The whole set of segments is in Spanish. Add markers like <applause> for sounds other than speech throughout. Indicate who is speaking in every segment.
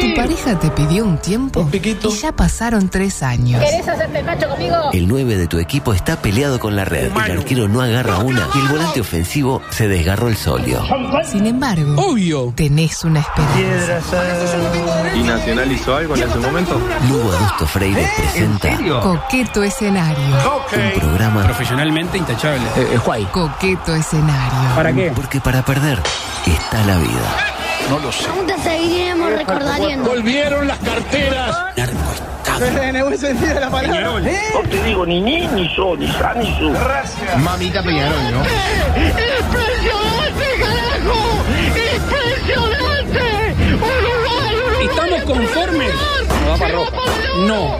Speaker 1: Tu pareja te pidió un tiempo y ya pasaron tres años.
Speaker 2: ¿Querés hacerte el macho conmigo?
Speaker 3: El 9 de tu equipo está peleado con la red, el arquero no agarra una y el volante ofensivo se desgarró el solio.
Speaker 1: Sin embargo,
Speaker 4: Obvio.
Speaker 1: tenés una esperanza.
Speaker 5: ¿Y Nacional hizo algo en ese momento?
Speaker 3: Lugo Augusto Freire presenta
Speaker 1: Coqueto escenario.
Speaker 3: un programa
Speaker 4: Profesionalmente intachable.
Speaker 1: Coqueto escenario.
Speaker 3: porque para perder está la vida.
Speaker 2: Aún te seguiremos recordando.
Speaker 4: Volvieron las carteras.
Speaker 5: ¿Eh?
Speaker 2: ¡Impresionante, carajo! ¡Impresionante! ¡Uruguay, Uruguay!
Speaker 4: ¿Estamos conformes? No.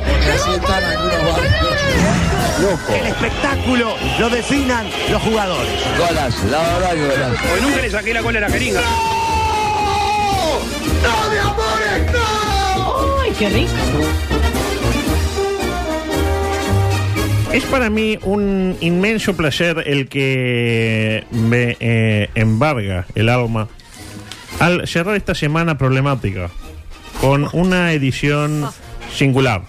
Speaker 6: espectáculo lo definan los jugadores.
Speaker 4: Porque nunca le saqué la cola a la jeringa.
Speaker 7: Es para mí un inmenso placer el que me eh, embarga el alma al cerrar esta semana problemática con una edición singular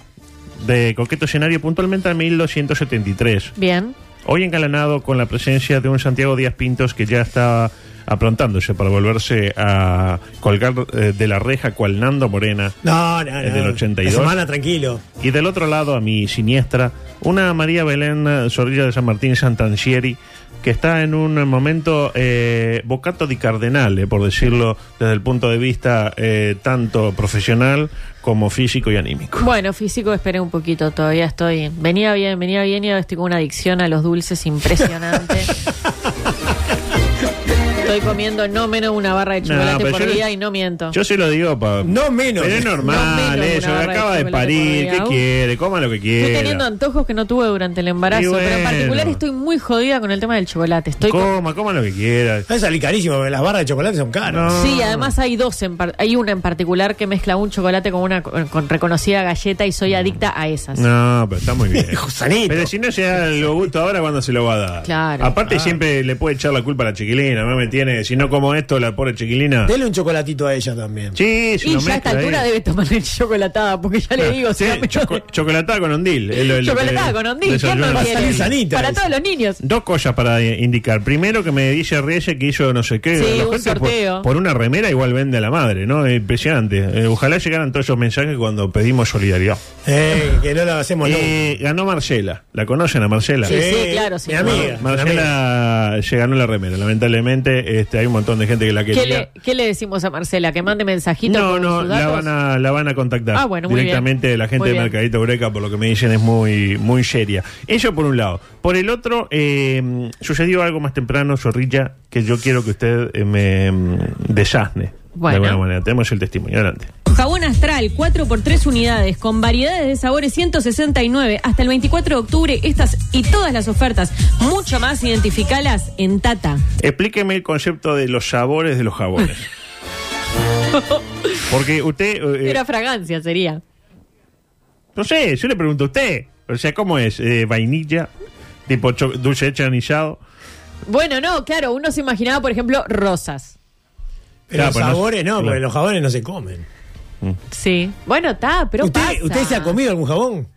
Speaker 7: de Coqueto Escenario puntualmente a 1273.
Speaker 8: Bien.
Speaker 7: Hoy engalanado con la presencia de un Santiago Díaz Pintos que ya está aprontándose para volverse a colgar eh, de la reja cual Nando Morena.
Speaker 6: No, no, no.
Speaker 7: Es del 82.
Speaker 6: La semana tranquilo.
Speaker 7: Y del otro lado, a mi siniestra, una María Belén eh, Zorrilla de San Martín Santancieri, que está en un momento eh, bocato di cardenale, por decirlo desde el punto de vista eh, tanto profesional como físico y anímico.
Speaker 8: Bueno, físico, esperé un poquito, todavía estoy. Venía bien, venía bien y ahora estoy con una adicción a los dulces
Speaker 6: <laughs>
Speaker 8: impresionante. estoy comiendo no menos una barra de
Speaker 7: No,
Speaker 8: chocolate
Speaker 7: pero
Speaker 8: por
Speaker 7: yo le-
Speaker 8: día y no miento.
Speaker 7: Yo se lo digo para...
Speaker 6: No menos.
Speaker 7: Pero es
Speaker 8: No
Speaker 7: normal
Speaker 8: menos
Speaker 7: eso,
Speaker 8: una barra de
Speaker 7: acaba de
Speaker 8: chocolate por
Speaker 7: parir,
Speaker 8: día.
Speaker 7: ¿qué
Speaker 8: Uh.
Speaker 7: quiere? Coma lo que quiere.
Speaker 8: Estoy teniendo antojos que no tuve durante el embarazo,
Speaker 7: Y
Speaker 8: pero en
Speaker 7: bueno.
Speaker 8: particular estoy muy jodida con el tema del chocolate. Estoy con-
Speaker 7: Coma, coma lo que quiera.
Speaker 6: Va a salir carísimo, porque las barras de chocolate son caras.
Speaker 8: Sí, además hay dos, en par- hay una en particular que mezcla un chocolate con una con reconocida galleta y soy adicta a esas.
Speaker 7: No, pero está muy
Speaker 6: <laughs>
Speaker 7: bien.
Speaker 6: Josanito.
Speaker 7: Pero si no se da el gusto ahora, ¿cuándo se lo va a dar?
Speaker 8: Claro. Ah.
Speaker 7: Aparte, siempre le puede echar la culpa a la chiquilina. No me tiene. Si no como esto, la pobre chiquilina.
Speaker 6: Dele un chocolatito a ella también.
Speaker 7: Sí, se
Speaker 8: Y
Speaker 7: lo
Speaker 8: ya a esta
Speaker 7: mezcla ahí.
Speaker 8: altura debe tomar el chocolatada, porque ya le digo,
Speaker 7: Sí,
Speaker 8: se la- <laughs>
Speaker 7: choco- chocolatada con ondil. es lo- es lo que
Speaker 8: Chocolatada con ondil, ¿quién no
Speaker 7: desayuno.
Speaker 6: Va a salir
Speaker 8: quiere?
Speaker 6: sanita
Speaker 8: Para
Speaker 6: esa.
Speaker 8: todos los niños.
Speaker 7: Dos cosas para eh, indicar. Primero, que me dice Reyes que hizo no sé qué.
Speaker 8: Sí,
Speaker 7: La
Speaker 8: un
Speaker 7: gente por-
Speaker 8: sorteo.
Speaker 7: Por, una remera igual vende a la madre, ¿no? Es Impresionante. Eh, ojalá llegaran todos esos mensajes cuando pedimos solidaridad.
Speaker 6: Eh, que no la hacemos loco.
Speaker 7: Eh, ganó Marcela. ¿La conocen a Marcela?
Speaker 8: Sí, sí, claro, sí.
Speaker 6: Mi amiga. mi amiga.
Speaker 7: Marcela se ganó la remera, lamentablemente este, hay un montón de gente que la
Speaker 8: ¿Qué
Speaker 7: quería.
Speaker 8: le, qué le decimos a Marcela? ¿Que mande mensajito
Speaker 7: No,
Speaker 8: con
Speaker 7: no,
Speaker 8: sus
Speaker 7: la
Speaker 8: datos?
Speaker 7: van, a, la van a contactar
Speaker 8: Ah, bueno, muy
Speaker 7: directamente
Speaker 8: bien.
Speaker 7: la gente
Speaker 8: Muy
Speaker 7: de
Speaker 8: bien.
Speaker 7: Mercadito Eureka, por lo que me dicen es muy, muy seria. Eso por un lado. Por el otro, eh, sucedió algo más temprano, Zorrilla, que yo quiero que usted eh, me mm, desasne.
Speaker 8: Bueno.
Speaker 7: De alguna manera, tenemos el testimonio. Adelante.
Speaker 9: Jabón Astral, 4x3 unidades, con variedades de sabores 169. Hasta el 24 de octubre, estas y todas las ofertas. Mucho más, identificalas en Tata.
Speaker 7: Explíqueme el concepto de los sabores de los
Speaker 8: <laughs>
Speaker 7: jabones. Porque usted... eh,
Speaker 8: Era fragancia, sería.
Speaker 7: No sé, yo le pregunto a usted. O sea, ¿cómo es? Eh, ¿Vainilla? ¿Tipo cho- dulce hecho anillado?
Speaker 8: Bueno, no, claro, uno se imaginaba, por ejemplo, rosas.
Speaker 6: Pero
Speaker 7: Claro,
Speaker 6: los
Speaker 7: pues no-
Speaker 6: sabores no, porque
Speaker 7: claro.
Speaker 6: los jabones no se comen.
Speaker 8: Sí. Bueno, está, pero
Speaker 6: ¿Usted,
Speaker 8: pasa.
Speaker 6: ¿Usted se ha comido algún jabón?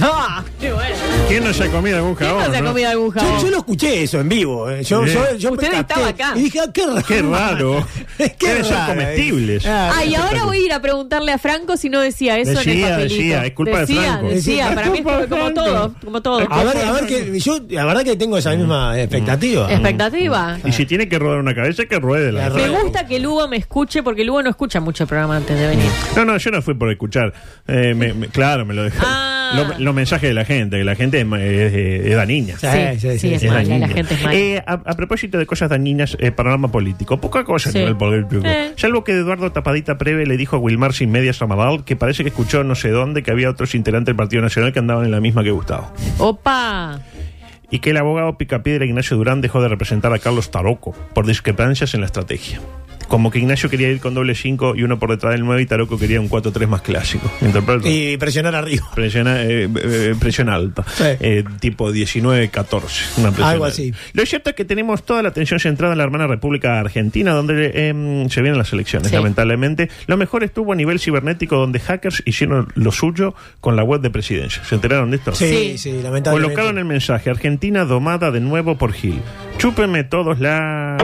Speaker 8: Ah, qué bueno.
Speaker 7: ¿Quién no se ha comido algún
Speaker 8: ¿Quién
Speaker 7: jabón?
Speaker 8: no se ha
Speaker 7: no?
Speaker 8: comido algún jabón?
Speaker 6: Yo, yo lo escuché eso en vivo. eh. Yo,
Speaker 7: Sí.
Speaker 6: yo, yo
Speaker 8: Usted
Speaker 6: me
Speaker 8: estaba
Speaker 6: capté
Speaker 8: acá.
Speaker 6: Y dije, ah, qué raro. eh.
Speaker 7: Qué raro.
Speaker 6: <laughs>
Speaker 7: Deben ser comestibles.
Speaker 8: Ah, y ahora voy a ir a preguntarle a Franco si no decía eso en el
Speaker 7: este Decía,
Speaker 8: papelito.
Speaker 7: decía, es culpa de
Speaker 8: Decía,
Speaker 7: Franco.
Speaker 8: Decía, para mí es
Speaker 7: culpa de
Speaker 8: como
Speaker 7: Franco.
Speaker 8: todo, como todo.
Speaker 6: A ver, a ver que yo la verdad que tengo esa misma expectativa.
Speaker 8: Expectativa.
Speaker 7: Y si tiene que rodar una cabeza, que ruede la
Speaker 6: La
Speaker 8: Me
Speaker 6: Re-
Speaker 8: gusta que el Hugo me escuche porque el Hugo no escucha mucho el programa antes de venir.
Speaker 7: No, no, yo no fui por escuchar. Eh, me- me- claro, me lo dejaron.
Speaker 8: Ah.
Speaker 7: Lo- los mensajes de la gente, que la gente es, ma- es- eh, es- es dañina.
Speaker 6: Sí,
Speaker 8: Sí, sí, es
Speaker 7: Es
Speaker 8: mala,
Speaker 7: dañina.
Speaker 8: la gente es mala.
Speaker 7: Eh, a, a propósito de cosas dañinas, eh, panorama político. Poca cosa
Speaker 8: Sí.
Speaker 7: a nivel político.
Speaker 8: Eh.
Speaker 7: Salvo que Eduardo Tapadita Preve le dijo a Wilmar sin medias a Madal que parece que escuchó no sé dónde que había otros integrantes del Partido Nacional que andaban en la misma que Gustavo.
Speaker 8: Opa.
Speaker 7: y que el abogado Picapiedra Ignacio Durán dejó de representar a Carlos Taroco por discrepancias en la estrategia. Como que Ignacio quería ir con doble 5 y uno por detrás del 9 y Taroco quería un 4-3 más clásico. Interpreto.
Speaker 6: Y presionar arriba.
Speaker 7: Presiona, eh, eh, presión alta,
Speaker 6: Sí.
Speaker 7: Eh, tipo 19-14. una presión
Speaker 6: Algo
Speaker 7: alta.
Speaker 6: así.
Speaker 7: Lo cierto es que tenemos toda la atención centrada en la hermana República Argentina, donde eh, se vienen las elecciones,
Speaker 8: Sí.
Speaker 7: lamentablemente. Lo mejor estuvo a nivel cibernético, donde hackers hicieron lo suyo con la web de presidencia. ¿Se enteraron de esto?
Speaker 6: Sí, sí, lamentablemente.
Speaker 7: Colocaron el mensaje, Argentina domada de nuevo por Gil. Chúpenme todos la...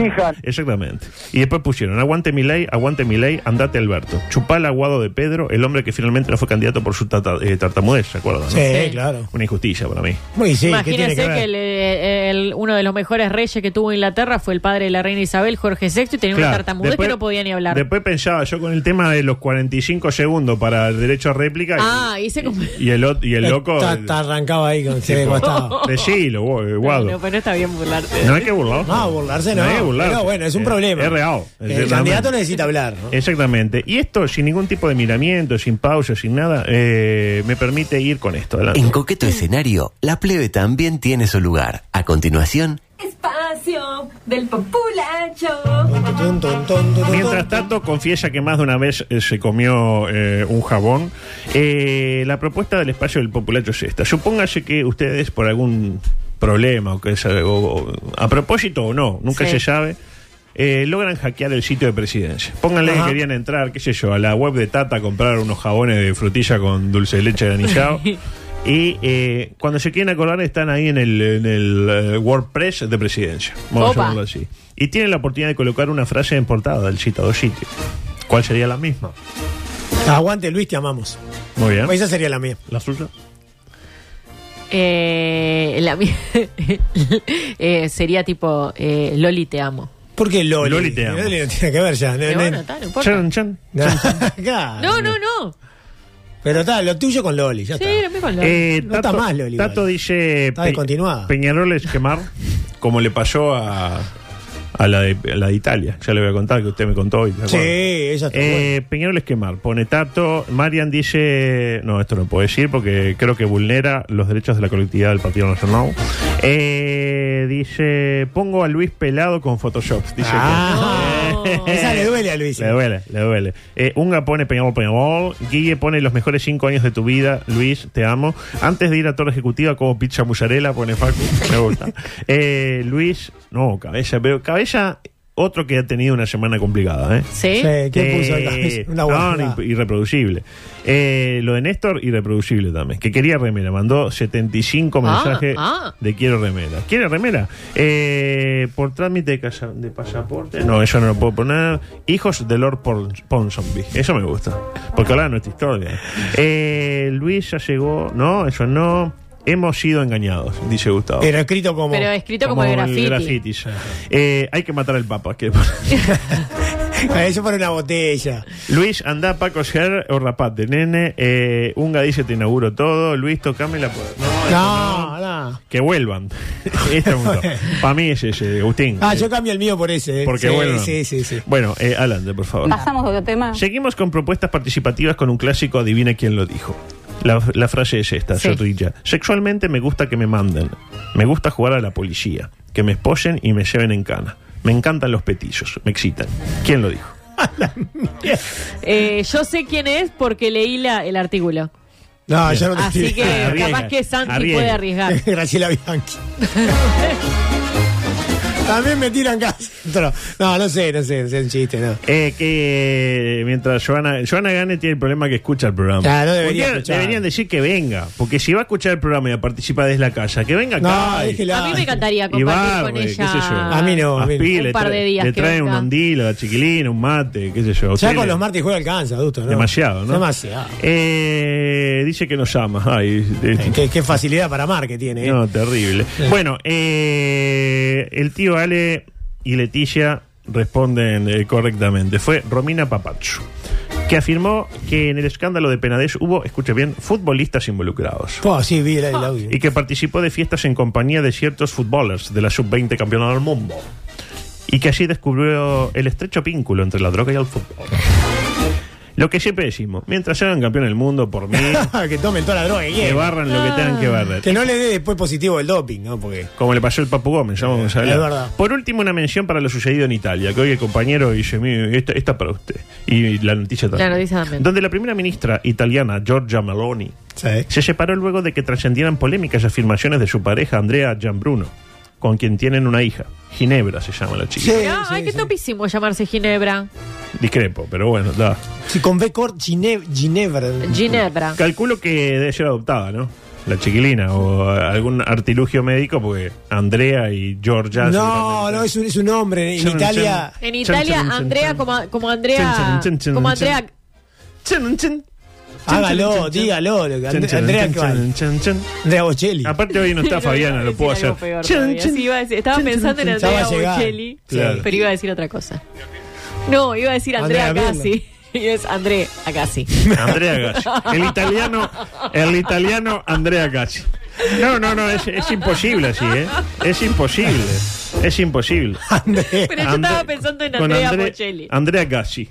Speaker 7: Exactamente. Y después pusieron, aguante mi ley, aguante mi ley, andate Alberto. Chupá el aguado de Pedro, el hombre que finalmente no fue candidato por su tata- eh, tartamudez, ¿se acuerdan? no?
Speaker 6: Sí,
Speaker 8: Sí.
Speaker 6: claro.
Speaker 7: Una injusticia para mí.
Speaker 6: Muy sí, ¿qué tiene
Speaker 8: Imagínense que,
Speaker 6: que ver?
Speaker 8: el, eh, el- uno de los mejores reyes que tuvo Inglaterra fue el padre de la reina Isabel, Jorge VI, y tenía una
Speaker 7: Claro,
Speaker 8: tartamudez
Speaker 7: después-
Speaker 8: que no podía ni hablar.
Speaker 7: Después pensaba yo con el tema de los 45 segundos para el derecho a réplica y-
Speaker 8: ah, y se cumplió.
Speaker 7: y, el, ot- y el loco...
Speaker 6: Ta-
Speaker 7: el-
Speaker 6: ta- arrancaba
Speaker 7: <laughs>
Speaker 6: ahí con... Sí, costado.
Speaker 7: Decilo, Wa- Waldo.
Speaker 8: No, pero está bien burlarte.
Speaker 7: No hay que burlar.
Speaker 6: No, burlarse no.
Speaker 7: hay que burlarse.
Speaker 6: Pero bueno, es un
Speaker 7: Eh,
Speaker 6: problema.
Speaker 7: Es Eh. real.
Speaker 6: El candidato necesita hablar. ¿no?
Speaker 7: Exactamente. Y esto sin ningún tipo de miramiento, sin pausa, sin nada, eh, me permite ir con esto. Adelante.
Speaker 3: En coqueto escenario, la plebe también tiene su lugar. A continuación,
Speaker 9: Espacio del populacho.
Speaker 6: Tun, tun, tun, tun, tun,
Speaker 7: Mientras
Speaker 6: tun.
Speaker 7: tanto, confiesa que más de una vez eh, se comió eh, un jabón. Eh, la propuesta del espacio del populacho es esta. Supóngase que ustedes por algún problema o que sea, o- o- a propósito o no, nunca
Speaker 8: Sí.
Speaker 7: se sabe. eh, logran hackear el sitio de presidencia. Pónganle
Speaker 6: Ajá.
Speaker 7: que querían entrar, qué sé yo, a la web de Tata a comprar unos jabones de frutilla con dulce de leche de anillado. y eh, cuando se quieren acordar están ahí en el, en el, eh, WordPress de presidencia. Vamos
Speaker 8: Opa.
Speaker 7: a llamarlo así. Y tienen la oportunidad de colocar una frase en portada del citado sitio. ¿Cuál sería la misma?
Speaker 6: Aguante, Luis, te amamos.
Speaker 7: Muy bien.
Speaker 6: Esa sería la mía.
Speaker 7: ¿La suya?
Speaker 8: Eh, la mía- <laughs> eh, sería tipo, eh, Loli, te amo.
Speaker 6: Porque Loli.
Speaker 7: Loli te ama.
Speaker 6: Loli no tiene que ver ya.
Speaker 8: Eh,
Speaker 6: ne-
Speaker 8: bueno,
Speaker 6: ne-
Speaker 8: está, no importa.
Speaker 7: Chan, chan.
Speaker 6: <laughs> Claro.
Speaker 8: No, no, no.
Speaker 6: Pero está, lo tuyo con Loli, ya
Speaker 8: Sí, lo
Speaker 6: está.
Speaker 8: mismo con Loli.
Speaker 7: Eh,
Speaker 6: No está mal, Loli,
Speaker 7: Tato
Speaker 6: igual.
Speaker 7: dice
Speaker 6: Está descontinuada.
Speaker 7: Peñarol es quemar, como le pasó a, a la de, a la de Italia. Ya le voy a contar que usted me contó hoy. ¿se
Speaker 6: Sí,
Speaker 7: acuerda?
Speaker 6: ella está buena.
Speaker 7: Eh, Peñarol es quemar, pone Tato. Marian dice. No, esto no puedo decir porque creo que vulnera los derechos de la colectividad del Partido Nacional. Eh, dice. Pongo a Luis pelado con Photoshop. Dice
Speaker 6: Ah.
Speaker 7: que-
Speaker 8: No.
Speaker 6: <laughs> Esa le duele a Luis.
Speaker 7: Le duele, le duele. Eh, Unga pone Peñarol, Peñarol. Guille pone los mejores cinco años de tu vida. Luis, te amo. Antes de ir a Torre Ejecutiva, como pizza mozzarella, pone Facu. Me gusta. Eh, Luis, no, cabeza. Pero cabeza, otro que ha tenido una semana complicada, ¿eh?
Speaker 8: ¿Sí?
Speaker 6: Sí, ¿quién puso el
Speaker 7: Eh,
Speaker 6: <laughs> Una
Speaker 7: no,
Speaker 6: guarda.
Speaker 7: no, irre- irreproducible. Eh, lo de Néstor, irreproducible también. Que quería remera. Mandó 75
Speaker 8: Ah,
Speaker 7: mensajes
Speaker 8: ah.
Speaker 7: de quiero remera. ¿Quiere remera? Eh, por trámite de, casa- de pasaporte. No, eso no lo puedo poner. Hijos de Lord Pon- Ponsonby. Eso me gusta. Porque hablaba de nuestra historia. Eh, Luis ya llegó. No, eso no. Hemos sido engañados, dice Gustavo.
Speaker 6: Pero escrito como.
Speaker 8: Pero escrito como, el graffiti.
Speaker 7: Eh, hay que matar al Papa. que-
Speaker 6: <laughs> A eso por una botella.
Speaker 7: Luis, andá Paco Sher o rapate, nene. Eh, Unga dice te inauguro todo. Luis, tocame la puerta. No,
Speaker 6: No, no.
Speaker 7: Que vuelvan. <laughs> Este Para mí es ese, Agustín.
Speaker 6: Ah,
Speaker 7: Eh,
Speaker 6: yo cambio el mío por ese. eh.
Speaker 7: porque
Speaker 6: sí,
Speaker 7: vuelvan.
Speaker 6: Sí, sí, sí.
Speaker 7: Bueno, eh, adelante, por favor.
Speaker 10: Pasamos a otro tema.
Speaker 7: Seguimos con propuestas participativas con un clásico Adivina quién lo dijo. La, la frase es esta,
Speaker 8: Sí.
Speaker 7: Zorrilla. Sexualmente me gusta que me manden. Me gusta jugar a la policía. Que me esposen y me lleven en cana. Me encantan los petizos. Me excitan. ¿Quién lo dijo?
Speaker 8: Eh, yo sé quién es porque leí la, el artículo.
Speaker 6: No, yo no te
Speaker 8: Así
Speaker 6: <laughs>
Speaker 8: que
Speaker 7: Arriesga,
Speaker 8: capaz que Santi
Speaker 7: arriesga.
Speaker 8: puede arriesgar.
Speaker 6: Graciela Bianchi. <laughs> También me tiran gas. No, no sé, no sé, no sé, un chiste, no.
Speaker 7: Eh, que eh, mientras Joana, Joana Gane tiene el problema que escucha el programa.
Speaker 6: Claro, debería
Speaker 7: Un día
Speaker 6: escuchar.
Speaker 7: Deberían decir que venga, porque si va a escuchar el programa y a participar desde la casa, que venga
Speaker 6: No,
Speaker 7: acá. y-
Speaker 6: déjela.
Speaker 8: A mí me encantaría
Speaker 7: y
Speaker 8: compartir
Speaker 7: barbe,
Speaker 8: con
Speaker 7: qué sé yo.
Speaker 8: ella.
Speaker 6: A mí no.
Speaker 7: Aspire,
Speaker 8: Un
Speaker 7: le
Speaker 8: par de
Speaker 7: trae-
Speaker 8: días
Speaker 7: Le
Speaker 8: que
Speaker 7: trae un
Speaker 8: venga.
Speaker 7: ondilo, a chiquilina, un mate, qué sé yo.
Speaker 6: Ya
Speaker 7: Ustedes-
Speaker 6: con los martes juega alcanza, adulto, ¿no?
Speaker 7: Demasiado, ¿no?
Speaker 6: Demasiado.
Speaker 7: Eh, dice que nos llama. Ay, eh,
Speaker 6: Qué, qué facilidad para amar que tiene. ¿eh?
Speaker 7: No, terrible. Bueno, eh, el tío Ale y Leticia responden eh, correctamente. Fue Romina Papacho, que afirmó que en el escándalo de Penades hubo, escuche bien, futbolistas involucrados.
Speaker 6: Po, sí, vi el, el audio.
Speaker 7: Ah. Y que participó de fiestas en compañía de ciertos futbolers de la sub-20 campeona del mundo. Y que allí descubrió el estrecho vínculo entre la droga y el fútbol. Lo que siempre decimos, mientras sean campeón del mundo por
Speaker 6: <laughs>
Speaker 7: mí,
Speaker 6: que tomen toda la droga que
Speaker 7: que
Speaker 6: quieran.
Speaker 7: barran lo que tengan que barrer.
Speaker 6: Que no le dé después positivo el doping, ¿no? Porque.
Speaker 7: Como le pasó el Papu Gómez, ya vamos a
Speaker 6: Es
Speaker 7: hablar.
Speaker 6: verdad.
Speaker 7: Por último, una mención para lo sucedido en Italia, que hoy el compañero dice, "Mire, esta, esta para usted. Y la noticia también.
Speaker 8: La noticia también.
Speaker 7: Donde la primera ministra italiana, Giorgia Meloni,
Speaker 6: Sí.
Speaker 7: se separó luego de que trascendieran polémicas y afirmaciones de su pareja, Andrea Gianbruno, con quien tienen una hija. Ginebra se llama la chica.
Speaker 6: Sí,
Speaker 8: Ah,
Speaker 6: sí,
Speaker 8: ay, qué
Speaker 6: sí.
Speaker 8: topísimo llamarse Ginebra.
Speaker 7: Discrepo, pero bueno, da.
Speaker 6: Sí, con B cort, Gine- Ginebra.
Speaker 8: Ginebra.
Speaker 7: Calculo que debe ser adoptada, ¿no? La chiquilina o eh, algún artilugio médico, porque Andrea y Giorgia.
Speaker 6: No, no, es un, es un hombre. En
Speaker 7: Chan,
Speaker 6: Italia.
Speaker 7: chan.
Speaker 8: En
Speaker 7: Chan,
Speaker 8: Italia,
Speaker 7: chan, chan,
Speaker 8: Andrea,
Speaker 7: chan.
Speaker 8: como, como Andrea.
Speaker 7: Chan, chan, chan,
Speaker 8: Como
Speaker 7: chan.
Speaker 8: Andrea.
Speaker 7: Chan, chan. Chan,
Speaker 6: Hágalo,
Speaker 7: chan, chan.
Speaker 6: dígalo. lo que-
Speaker 7: Chan, chan,
Speaker 6: Andrea,
Speaker 7: chan,
Speaker 6: ¿qué vale?
Speaker 7: chan, chan, chan.
Speaker 6: Andrea Bocelli.
Speaker 7: Aparte hoy
Speaker 8: <laughs>
Speaker 7: no está Fabiana, lo puedo hacer. Chan, chan.
Speaker 8: estaba
Speaker 7: Chan, chan,
Speaker 8: pensando en
Speaker 7: chan.
Speaker 6: Ya va
Speaker 8: Andrea
Speaker 6: a llegar.
Speaker 8: Bocelli,
Speaker 7: Claro.
Speaker 8: pero iba a decir otra cosa. No, iba a decir Andrea
Speaker 6: Andrea
Speaker 8: Gassi. <laughs> Y es André <laughs> Agassi.
Speaker 7: Andrea Gassi.
Speaker 8: <laughs>
Speaker 7: El italiano, el italiano Andrea Gassi. No, no, no, es, es imposible así, ¿eh? Es imposible. Es imposible.
Speaker 6: <laughs> Andrea.
Speaker 8: Pero yo
Speaker 7: Ande-
Speaker 8: estaba pensando en
Speaker 7: con
Speaker 8: Andrea
Speaker 7: Andre-
Speaker 8: Bocelli.
Speaker 7: Andrea Gassi.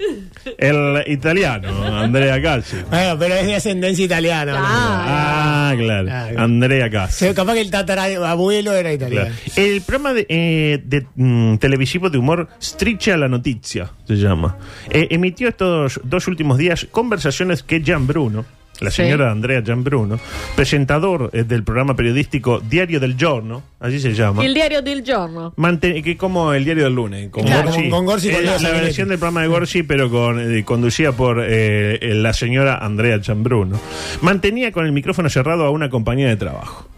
Speaker 7: El italiano, Andrea Gassi.
Speaker 6: Bueno, pero es de ascendencia italiana. boludo.
Speaker 7: Ah, claro.
Speaker 6: Claro.
Speaker 7: Andrea Gassi.
Speaker 6: Se- capaz que el tatarabuelo era
Speaker 7: Claro.
Speaker 6: italiano.
Speaker 7: El programa de, eh, de, mm, televisivo de humor Striccia la Noticia se llama. Eh, emitió estos dos últimos días conversaciones que Gian Bruno, la
Speaker 8: Sí.
Speaker 7: señora Andrea Gian Bruno, presentador eh, del programa periodístico Diario del Giorno, así se llama.
Speaker 8: El diario del giorno.
Speaker 7: Mante- que como el diario del lunes, con
Speaker 6: Claro,
Speaker 7: Gorsi.
Speaker 6: con- con Gorsi, con
Speaker 7: Eh,
Speaker 6: Leo
Speaker 7: la
Speaker 6: Sanguinetti.
Speaker 7: versión del programa de Gorsi, pero con, eh, conducida por eh, eh, la señora Andrea Chambruno. Mantenía con el micrófono cerrado a una compañía de trabajo.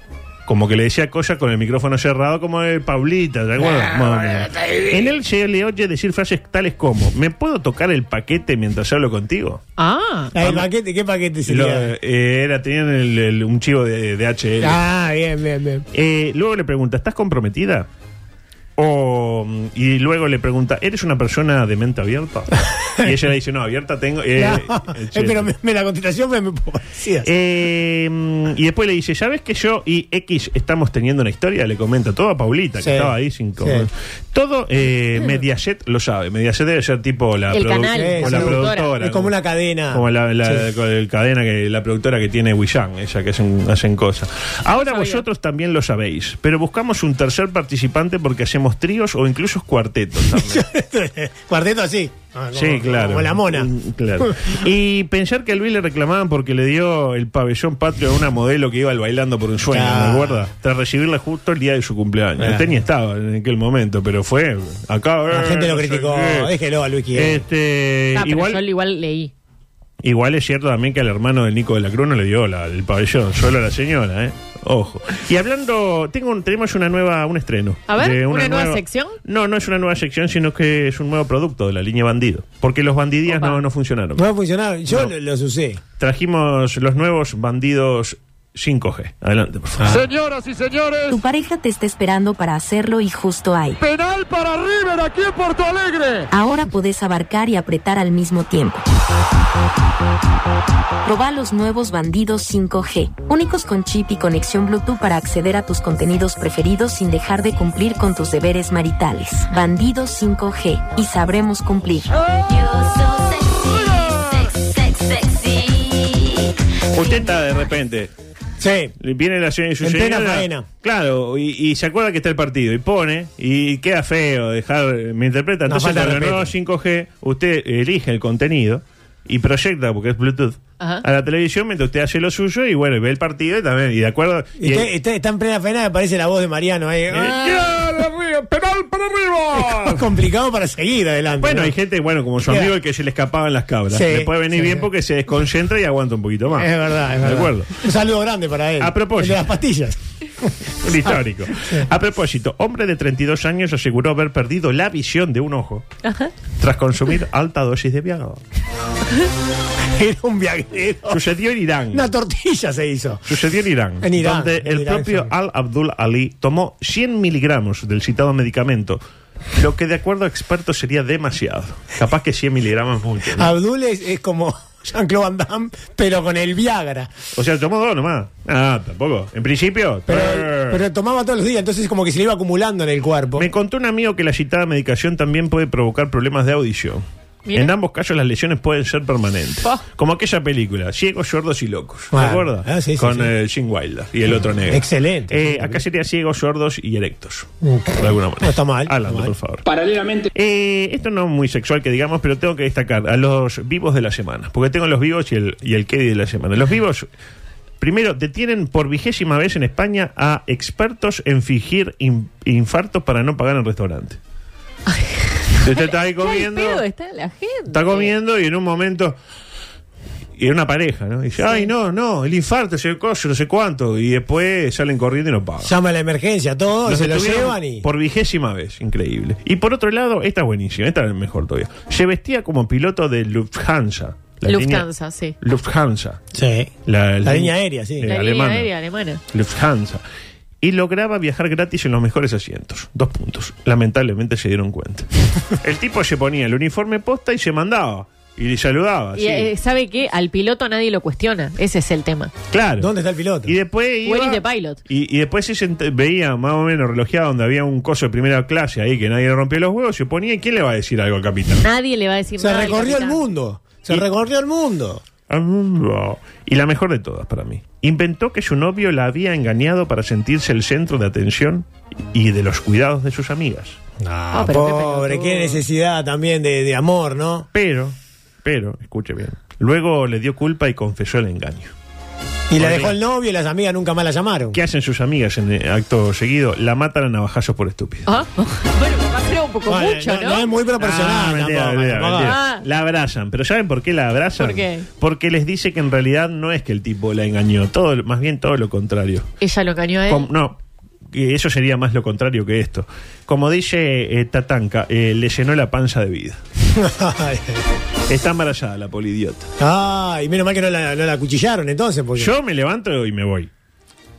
Speaker 7: Como que le decía cosas con el micrófono cerrado, como eh, Paulita, ¿te acuerdas? Más o menos. En él se le oye decir frases tales como: ¿Me puedo tocar el paquete mientras hablo contigo?
Speaker 8: Ah,
Speaker 6: Ah, ¿El paquete? ¿Qué paquete
Speaker 7: Lo-
Speaker 6: sería?
Speaker 7: eh, era, tenían el- el- un chivo de, de HL.
Speaker 6: Ah, bien, bien, bien.
Speaker 7: Eh, luego le pregunta, ¿estás comprometida? O, mm, y luego le pregunta, ¿eres una persona de mente
Speaker 6: <laughs>
Speaker 7: abierta? y ella le dice, no, abierta tengo. eh,
Speaker 6: No,
Speaker 7: eh,
Speaker 6: eh, <laughs> pero me, me la contestación me, me parecía.
Speaker 7: eh, mm, y después le dice, ¿sabes que yo y X estamos teniendo una historia? Le comenta todo a Paulita,
Speaker 6: Sí,
Speaker 7: que estaba ahí sin co-
Speaker 6: sí.
Speaker 7: Todo
Speaker 6: <laughs>
Speaker 7: eh, Mediaset lo sabe. Mediaset debe ser tipo la,
Speaker 8: El
Speaker 7: produ-
Speaker 8: canal,
Speaker 7: o
Speaker 6: la
Speaker 7: la
Speaker 8: productora.
Speaker 7: productora.
Speaker 6: es como una cadena.
Speaker 7: Como la, la- con el cadena que la productora que tiene Wishang, ella que hacen, hacen cosas. Ahora
Speaker 8: sabía.
Speaker 7: vosotros también lo sabéis, pero buscamos un tercer participante porque hacemos tríos o incluso
Speaker 6: <laughs>
Speaker 7: cuartetos también.
Speaker 6: <laughs> Cuarteto así. Ah, como-
Speaker 7: sí, claro.
Speaker 6: Como la mona.
Speaker 7: Mm, Claro. <laughs> Y pensar que a Luis le reclamaban porque le dio el pabellón patrio a una modelo que iba al bailando por un sueño,
Speaker 6: Claro.
Speaker 7: ¿me acuerdas? Tras recibirla justo el día de su cumpleaños.
Speaker 6: Claro.
Speaker 7: Usted ni estaba en aquel momento, pero fue acá.
Speaker 6: <laughs>
Speaker 7: eh,
Speaker 6: La gente lo criticó. Déjelo a Luis que-
Speaker 7: Este,
Speaker 8: Ah, pero
Speaker 7: igual,
Speaker 8: yo igual leí.
Speaker 7: Igual es cierto también que al hermano del Nico de la Cruz no le dio la- el pabellón, solo a la señora, ¿eh? Ojo. Y hablando, tengo un- tenemos una nueva, un estreno.
Speaker 8: A ver, ¿una nueva sección?
Speaker 7: No, no es una nueva sección, sino que es un nuevo producto de la línea Bandido. Porque los bandidías
Speaker 8: Opa.
Speaker 7: no, no funcionaron.
Speaker 6: No va a funcionar. Yo lo- los usé.
Speaker 7: Trajimos los nuevos bandidos 5G. Adelante, por favor.
Speaker 5: Señoras y señores,
Speaker 10: Tu pareja te está esperando para hacerlo y justo ahí.
Speaker 5: penal para River aquí en Porto Alegre.
Speaker 10: Ahora podés abarcar y apretar al mismo tiempo. Proba los nuevos bandidos 5G, únicos con chip y conexión Bluetooth para acceder a tus contenidos preferidos sin dejar de cumplir con tus deberes maritales. Bandidos 5G, y sabremos cumplir.
Speaker 7: Usted está de repente.
Speaker 6: Sí.
Speaker 7: Viene la señora y su
Speaker 6: En plena
Speaker 7: señora,
Speaker 6: faena.
Speaker 7: Claro, y, y se acuerda que está el partido y pone, y queda feo dejar, me interpreta.
Speaker 6: Una
Speaker 7: Entonces,
Speaker 6: falta de
Speaker 7: con el nuevo
Speaker 6: respeto.
Speaker 7: 5G, usted elige el contenido y proyecta, porque es Bluetooth,
Speaker 8: Ajá.
Speaker 7: a la televisión mientras usted hace lo suyo y bueno, y ve el partido y también, y de acuerdo.
Speaker 6: Y
Speaker 7: y-
Speaker 6: está, está- está en plena pena, me parece la voz de Mariano ahí.
Speaker 7: eh,
Speaker 6: Ah,
Speaker 7: ¡Penal para arriba!
Speaker 6: <laughs> es complicado para seguir
Speaker 7: <laughs>
Speaker 6: adelante.
Speaker 7: Bueno,
Speaker 6: ¿no?
Speaker 7: hay gente, bueno, como su
Speaker 6: Queda-
Speaker 7: amigo el que se le escapaban las cabras.
Speaker 6: Sí,
Speaker 7: le puede venir
Speaker 6: sí,
Speaker 7: bien
Speaker 6: sí.
Speaker 7: porque se desconcentra y aguanta un poquito más.
Speaker 6: Es verdad, es
Speaker 7: De
Speaker 6: verdad.
Speaker 7: acuerdo.
Speaker 6: Un saludo grande para él.
Speaker 7: A propósito.
Speaker 6: El de las
Speaker 7: <laughs>
Speaker 6: pastillas.
Speaker 7: Un histórico.
Speaker 6: <laughs>
Speaker 7: A propósito, hombre de 32 años aseguró haber perdido la visión de un ojo tras consumir alta dosis de
Speaker 6: <laughs>
Speaker 7: Viagra.
Speaker 6: Era un viajero.
Speaker 7: Sucedió en Irán.
Speaker 6: Una tortilla se hizo.
Speaker 7: Sucedió en Irán,
Speaker 6: En Irán,
Speaker 7: donde
Speaker 6: en
Speaker 7: el
Speaker 6: Irán,
Speaker 7: propio
Speaker 6: sí.
Speaker 7: Al Abdul Ali tomó 100 miligramos del citado medicamento, lo que de acuerdo a expertos sería demasiado. Capaz que 100 miligramos es mucho. ¿no?
Speaker 6: Abdul es, es como <laughs> Jean-Claude Van Damme, pero con el Viagra.
Speaker 7: O sea, tomó dos nomás. Ah, tampoco. En principio.
Speaker 6: Pero,
Speaker 7: eh.
Speaker 6: pero tomaba todos los días, entonces como que se le iba acumulando en el cuerpo.
Speaker 7: Me contó un amigo que la citada medicación también puede provocar problemas de audición.
Speaker 8: Mira.
Speaker 7: En ambos casos las lesiones pueden ser permanentes.
Speaker 8: Pa.
Speaker 7: Como aquella película, Ciegos, Sordos y Locos. ¿Te
Speaker 6: Bueno,
Speaker 7: acuerdas?
Speaker 6: ah, sí, sí,
Speaker 7: Con
Speaker 6: sí.
Speaker 7: eh, Gene Wilder y el otro negro.
Speaker 6: Excelente.
Speaker 7: Eh, acá sería Ciegos, Sordos y Erectos.
Speaker 6: Mm.
Speaker 7: De alguna manera.
Speaker 6: No está mal,
Speaker 7: Alan,
Speaker 6: está mal.
Speaker 7: por favor.
Speaker 4: Paralelamente,
Speaker 7: Eh, esto no es muy sexual que digamos, pero tengo que destacar a los vivos de la semana. Porque tengo los vivos y el, y el Kedi de la semana. Los vivos, primero, detienen por vigésima vez en España a expertos en fingir in- infartos para no pagar en restaurante. Usted está ahí comiendo.
Speaker 9: Pero está la gente.
Speaker 7: Está comiendo y en un momento. Y era una pareja, ¿no? Y dice, ay, no, no, el infarto, ese coso, no sé cuánto. Y después salen corriendo y no pagan.
Speaker 6: Llama a la emergencia, todo, y
Speaker 7: Los
Speaker 6: se lo
Speaker 7: detuvieron
Speaker 6: llevan y.
Speaker 7: Por vigésima vez, increíble. Y por otro lado, esta es buenísima, esta es mejor todavía. Se vestía como piloto de Lufthansa. la
Speaker 8: Lufthansa,
Speaker 7: línea-
Speaker 8: sí.
Speaker 7: Lufthansa.
Speaker 6: Sí.
Speaker 7: La,
Speaker 6: La línea aérea, sí.
Speaker 7: Eh,
Speaker 8: La línea
Speaker 7: alemana.
Speaker 8: aérea alemana.
Speaker 7: Lufthansa. Y lograba viajar gratis en los mejores asientos. Dos puntos. Lamentablemente se dieron
Speaker 6: <laughs>
Speaker 7: cuenta. el tipo se ponía el uniforme posta y se mandaba. Y le
Speaker 8: Y
Speaker 7: saludaba. Ah, sí.
Speaker 8: eh, sabe que al piloto nadie lo cuestiona. Ese es el tema.
Speaker 7: claro.
Speaker 6: ¿Dónde está el piloto?
Speaker 7: Y después iba,
Speaker 8: Where is the pilot?
Speaker 7: Y, y después se sent- veía más o menos relojeado donde había un coso de primera clase ahí que nadie le rompió los huevos, se ponía y ¿quién le va a decir algo al capitán?
Speaker 8: Nadie le va a decir
Speaker 6: Se
Speaker 8: nada. al
Speaker 6: recorrió el
Speaker 8: capitán.
Speaker 6: mundo. Se
Speaker 7: Y-
Speaker 6: recorrió el mundo.
Speaker 7: Ah, Y la mejor de todas para mí. Inventó que su novio la había engañado para sentirse el centro de atención y de los cuidados de sus amigas.
Speaker 6: Ah,
Speaker 8: pero qué
Speaker 6: pobre,
Speaker 8: pelotudo.
Speaker 6: qué necesidad también de, de amor, ¿no?
Speaker 7: Pero, pero, escuche bien, luego le dio culpa y confesó el engaño.
Speaker 6: Y la dejó el novio y las amigas nunca más la llamaron.
Speaker 7: ¿Qué hacen sus amigas en eh, acto seguido? La matan a navajazos por estúpida.
Speaker 8: Ah, <laughs> Bueno, capaz era un poco
Speaker 6: Vale,
Speaker 8: mucho, ¿no?
Speaker 6: no es muy proporcional.
Speaker 7: Ah, mentira,
Speaker 6: tampoco,
Speaker 7: mentira,
Speaker 6: tampoco.
Speaker 7: mentira.
Speaker 8: Ah.
Speaker 7: La abrazan, pero ¿saben por qué la abrazan?
Speaker 8: ¿Por qué?
Speaker 7: Porque les dice que en realidad no es que el tipo la engañó, todo, más bien todo lo contrario.
Speaker 8: Ella lo engañó a él.
Speaker 7: Com- no, que eso sería más lo contrario que esto. Como dice eh, Tatanka, eh, le llenó la panza de vida.
Speaker 6: Ay.
Speaker 7: Está embarazada la polidiota.
Speaker 6: <laughs> Ay, menos mal que no la, no la cuchillaron entonces. Porque...
Speaker 7: Yo me levanto y me voy.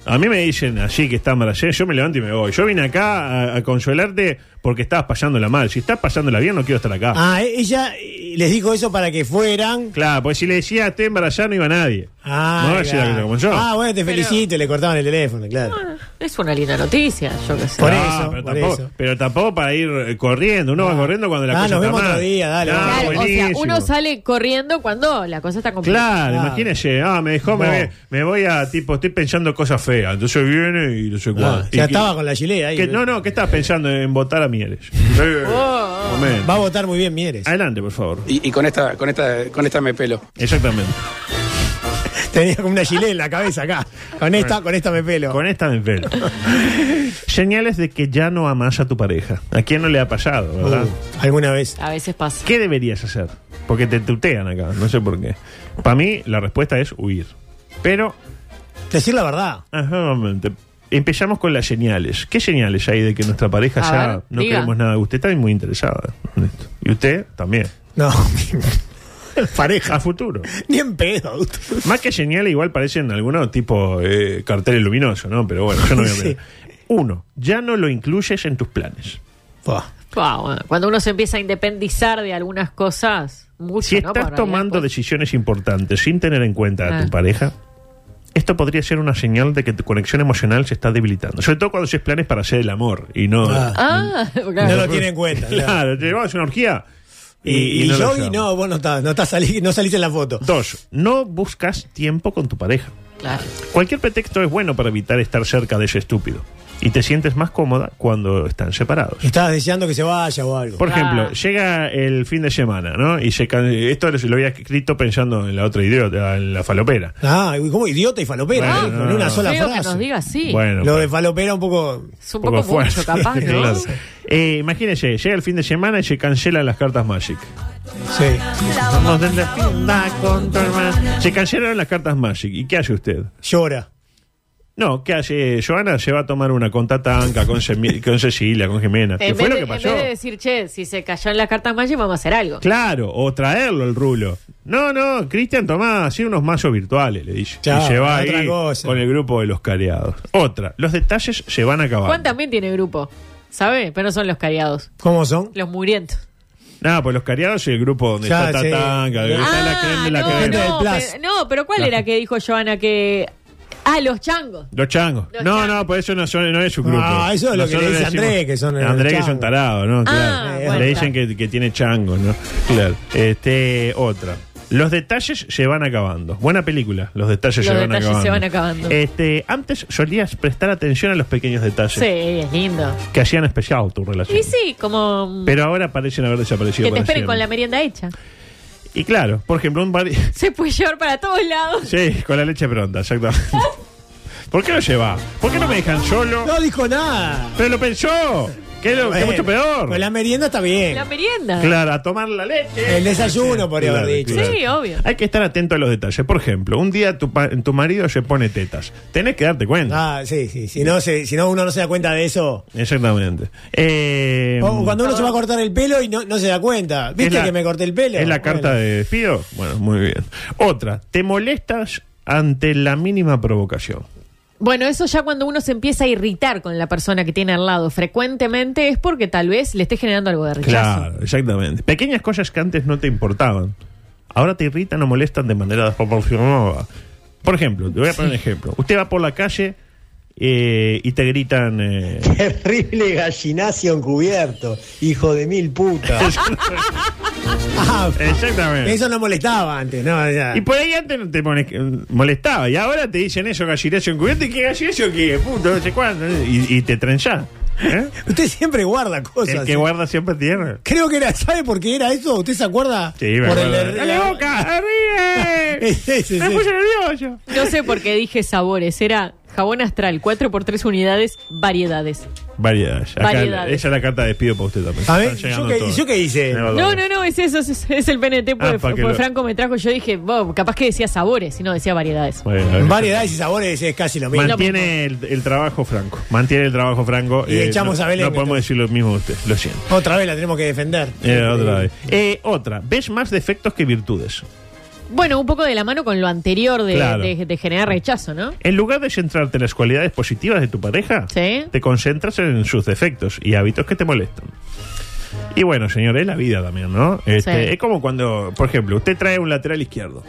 Speaker 7: A mí me dicen así que está embarazada, yo me levanto y me voy. Yo vine acá a, a consolarte porque estabas pasándola mal. Si estás pasándola bien, no quiero estar acá.
Speaker 6: Ah, e- ella eh, les dijo eso para que fueran.
Speaker 7: Claro, porque si le decía estoy embarazada no iba nadie.
Speaker 6: Ah,
Speaker 7: no iba a decir
Speaker 6: claro.
Speaker 7: algo como yo.
Speaker 6: Ah, bueno, te felicito. Y le cortaban el teléfono, claro.
Speaker 8: Es una linda noticia, yo qué sé.
Speaker 6: Por
Speaker 7: Ah,
Speaker 6: eso,
Speaker 7: pero,
Speaker 6: por
Speaker 7: tampoco,
Speaker 6: eso.
Speaker 7: pero tampoco para ir eh, corriendo. Uno va corriendo cuando la
Speaker 6: Ah,
Speaker 7: cosa
Speaker 6: nos
Speaker 7: está
Speaker 6: vemos
Speaker 7: mal.
Speaker 6: otro día, dale,
Speaker 7: Ah,
Speaker 6: vamos.
Speaker 8: Claro, o sea,
Speaker 7: buenísimo.
Speaker 8: uno sale corriendo cuando la cosa está complicada.
Speaker 7: Claro,
Speaker 6: Claro.
Speaker 7: imagínese, ah, me dejó, me,
Speaker 6: No.
Speaker 7: ve- me voy a, tipo, estoy pensando cosas feas, entonces viene y no sé
Speaker 6: Ah,
Speaker 7: cuál.
Speaker 6: ya estaba con la chilea ahí.
Speaker 7: no, no, ¿qué estás pensando en votar a Mieres?
Speaker 6: <laughs>
Speaker 7: Eh,
Speaker 6: Oh,
Speaker 7: momento.
Speaker 6: Va a votar muy bien Mieres.
Speaker 7: Adelante, por favor.
Speaker 4: y, y con esta, con esta, con esta me pelo.
Speaker 7: Exactamente.
Speaker 6: Tenía como una chilea en la cabeza acá. Con esta, con esta me pelo.
Speaker 7: Con esta me
Speaker 6: <laughs>
Speaker 7: pelo. Señales de que ya no amas a tu pareja. ¿A quién no le ha pasado, verdad?
Speaker 6: Uh, alguna vez.
Speaker 8: A veces pasa.
Speaker 7: ¿Qué deberías hacer? Porque te tutean acá, no sé por qué. Para mí, la respuesta es huir. Pero,
Speaker 6: Decir la verdad.
Speaker 7: ajá, realmente, empezamos con las señales. ¿Qué señales hay de que nuestra pareja
Speaker 8: A
Speaker 7: ya
Speaker 8: ver,
Speaker 7: no
Speaker 8: diga.
Speaker 7: queremos nada? Usted está muy interesada en esto. Y usted también.
Speaker 6: No. <laughs> Pareja.
Speaker 7: A futuro.
Speaker 6: Ni en pedo.
Speaker 7: Más que señales, igual parecen algunos tipo eh, cartel luminoso, ¿no? Pero bueno,
Speaker 8: <laughs>
Speaker 7: yo no voy a
Speaker 6: Sí.
Speaker 7: opinar. Uno, ya no lo incluyes en tus planes.
Speaker 6: Buah.
Speaker 8: Ah, bueno, Cuando uno se empieza a independizar de algunas cosas, mucho,
Speaker 7: Si
Speaker 8: ¿no?
Speaker 7: estás
Speaker 8: Por realidad,
Speaker 7: tomando
Speaker 8: pues,
Speaker 7: decisiones importantes sin tener en cuenta a
Speaker 8: Ah.
Speaker 7: tu pareja, esto podría ser una señal de que tu conexión emocional se está debilitando. Sobre todo cuando haces planes para hacer el amor y no.
Speaker 6: Ah,
Speaker 8: Ah,
Speaker 6: no
Speaker 8: claro.
Speaker 6: lo tiene en cuenta. claro.
Speaker 7: Claro, te vas a una orgía y,
Speaker 6: Y,
Speaker 7: y no lo
Speaker 6: yo, y
Speaker 7: llamas.
Speaker 6: no, vos no estás, no, estás sali- no salís en la foto.
Speaker 7: Dos, no buscas tiempo con tu pareja.
Speaker 8: claro.
Speaker 7: Cualquier pretexto es bueno para evitar estar cerca de ese estúpido. Y te sientes más cómoda cuando están separados.
Speaker 6: Estabas deseando que se vaya o algo.
Speaker 7: Por ejemplo,
Speaker 8: Ah.
Speaker 7: llega el fin de semana, ¿no? Y se can- esto lo había escrito pensando en la otra idea, en la falopera.
Speaker 6: Ah, uy, como idiota y falopera,
Speaker 7: Bueno,
Speaker 6: eh, con
Speaker 7: no,
Speaker 6: una
Speaker 7: no.
Speaker 6: sola
Speaker 8: Creo que
Speaker 6: frase.
Speaker 8: nos diga sí.
Speaker 7: Bueno,
Speaker 6: Lo
Speaker 7: pero-
Speaker 6: de falopera un poco.
Speaker 8: es un poco, mucho,
Speaker 7: <laughs>
Speaker 8: capaz, ¿no?
Speaker 7: Claro. Eh, imagínense, llega el fin de semana y se cancelan las cartas Magic.
Speaker 6: Sí.
Speaker 7: Estamos en la fila con tu hermana. Se cancelaron las cartas Magic. ¿Y qué hace usted?
Speaker 6: Llora.
Speaker 7: No, ¿qué hace? Joana se va a tomar una con Tatanca, con, Semi- con Cecilia, con Jimena. ¿Qué
Speaker 8: En, vez
Speaker 7: fue lo
Speaker 8: de,
Speaker 7: que
Speaker 8: en
Speaker 7: pasó?
Speaker 8: vez de decir, che, si se cayó en la carta Magic, vamos a hacer algo.
Speaker 7: Claro, o traerlo el rulo. No, no, Cristian, tomá, así unos mazos virtuales, le dice.
Speaker 6: Chao,
Speaker 7: y se va
Speaker 6: otra
Speaker 7: ahí
Speaker 6: cosa.
Speaker 7: con el grupo de los careados. Otra, los detalles se van a acabar.
Speaker 8: Juan también tiene grupo, ¿sabe? Pero no son los cariados,
Speaker 6: ¿Cómo son?
Speaker 8: los murientos.
Speaker 7: Nada, pues los careados es el grupo donde
Speaker 6: Ya,
Speaker 7: está
Speaker 6: sí.
Speaker 7: Tatanca, donde está la creme de la
Speaker 8: Ah, no,
Speaker 7: creme.
Speaker 6: del
Speaker 8: no,
Speaker 6: Plus.
Speaker 8: pero- no, pero ¿cuál era que dijo Joana que Ah, los changos.
Speaker 7: Los changos.
Speaker 8: Los
Speaker 7: no,
Speaker 8: changos.
Speaker 7: no, pues eso no, son- no es su grupo.
Speaker 6: No, Ah, eso es lo que le dice
Speaker 7: decimos-
Speaker 6: Andrés, que son los
Speaker 7: Andrés que son
Speaker 6: changos.
Speaker 7: tarados, ¿no?
Speaker 8: Ah,
Speaker 7: Claro.
Speaker 8: bueno,
Speaker 7: le dicen que, que tiene changos, ¿no? Claro. Este, otra. Los detalles se van acabando. Buena película. Los detalles,
Speaker 8: Los
Speaker 7: se, van
Speaker 8: detalles
Speaker 7: acabando.
Speaker 8: se van acabando.
Speaker 7: Este, antes solías prestar atención a los pequeños detalles
Speaker 8: Sí, es lindo.
Speaker 7: que hacían especial tu relación.
Speaker 8: Y sí, como mm,
Speaker 7: Pero ahora parecen haber desaparecido.
Speaker 8: que te
Speaker 7: para
Speaker 8: esperen con la
Speaker 7: siempre.
Speaker 8: merienda hecha.
Speaker 7: Y claro, por ejemplo, un bar...
Speaker 8: Se puede llevar para todos lados.
Speaker 7: <laughs> Sí, con la leche
Speaker 8: <laughs>
Speaker 7: pronta, exactamente. ¿Por qué lo lleva? ¿Por qué no me dejan solo?
Speaker 6: No dijo nada.
Speaker 7: Pero lo pensó. Que es lo- que es mucho
Speaker 6: Bueno,
Speaker 7: peor.
Speaker 6: Con la merienda está bien.
Speaker 8: La merienda.
Speaker 7: Claro, a tomar la leche.
Speaker 6: El desayuno, podría
Speaker 7: Claro,
Speaker 6: haber dicho.
Speaker 7: claro.
Speaker 8: Sí, obvio.
Speaker 7: Hay que estar atento a los detalles. Por ejemplo, un día tu, pa- tu marido se pone tetas. Tenés que darte cuenta.
Speaker 6: Ah, sí, sí. Si no, se- si no uno no se da cuenta de eso.
Speaker 7: Exactamente. Eh,
Speaker 6: O Oh, cuando uno se va a cortar el pelo y no, no se da cuenta.
Speaker 7: es
Speaker 6: ¿Viste
Speaker 7: la-
Speaker 6: que me corté el pelo?
Speaker 7: ¿Es la carta
Speaker 6: Bueno.
Speaker 7: de despido? Bueno, muy bien. Otra, te molestas ante la mínima provocación.
Speaker 8: Bueno, eso ya cuando uno se empieza a irritar con la persona que tiene al lado frecuentemente es porque tal vez le esté generando algo de rechazo.
Speaker 7: Claro, exactamente. Pequeñas cosas que antes no te importaban, ahora te irritan o molestan de manera desproporcionada. Por ejemplo, te voy a poner un ejemplo. Usted va por la calle eh, y te gritan... eh,
Speaker 11: <laughs> Terrible gallinacio encubierto, hijo de mil
Speaker 7: <laughs>
Speaker 11: putas.
Speaker 6: Ah,
Speaker 7: exactamente.
Speaker 6: eso no molestaba antes, ¿no? ya.
Speaker 7: Eh, Y por ahí antes no te mone- molestaba y ahora te dicen eso, gallinazo encubierto, y qué gallinazo que puto, no sé cuándo, y, y te trenchás.
Speaker 6: <laughs>
Speaker 7: ¿eh?
Speaker 6: Usted siempre guarda cosas.
Speaker 7: El que
Speaker 6: ¿eh?
Speaker 7: guarda siempre tiene.
Speaker 6: Creo que era, ¿sabe por qué era eso? ¿Usted se acuerda?
Speaker 7: Sí, me
Speaker 6: por
Speaker 7: acuerdo.
Speaker 6: el-
Speaker 7: ¡Dale
Speaker 6: <laughs>
Speaker 7: boca! ¡Arriba!
Speaker 6: Sí, sí,
Speaker 7: ¡Me
Speaker 6: sí.
Speaker 7: puse nervioso!
Speaker 8: No sé por qué dije sabores, era jabón astral, 4 por 3 unidades, variedades.
Speaker 7: Variedades. Acá
Speaker 8: Variedades.
Speaker 7: Esa es la carta de despido para usted también.
Speaker 6: A ver,
Speaker 7: Están llegando
Speaker 6: ¿yo qué-
Speaker 7: todas.
Speaker 6: yo qué hice?
Speaker 7: Tengo
Speaker 8: No,
Speaker 7: dos.
Speaker 8: no, no, es eso, es, es el PNT,
Speaker 7: Ah,
Speaker 8: porque,
Speaker 7: pa' que
Speaker 8: porque
Speaker 7: lo-
Speaker 8: Franco me trajo, yo dije, "Wow, capaz que decía sabores, y no decía variedades.
Speaker 7: Bueno, a ver.
Speaker 6: Variedades y sabores es casi lo mismo.
Speaker 7: Mantiene el, el trabajo franco. Mantiene el trabajo franco. eh,
Speaker 6: Y echamos
Speaker 7: no,
Speaker 6: a Belén,
Speaker 7: No podemos
Speaker 6: entonces.
Speaker 7: decir lo mismo de usted. Lo siento.
Speaker 6: Otra vez la tenemos que defender.
Speaker 7: Eh, otra vez. Eh, otra. Ves más defectos que virtudes.
Speaker 8: Bueno, un poco de la mano con lo anterior de,
Speaker 7: Claro.
Speaker 8: de- de generar rechazo, ¿no?
Speaker 7: En lugar de centrarte en las cualidades positivas de tu pareja,
Speaker 8: Sí.
Speaker 7: te concentras en sus defectos y hábitos que te molestan. Y bueno, señor, es la vida también, ¿no? Este,
Speaker 8: Sí.
Speaker 7: Es como cuando, por ejemplo, usted trae un lateral izquierdo.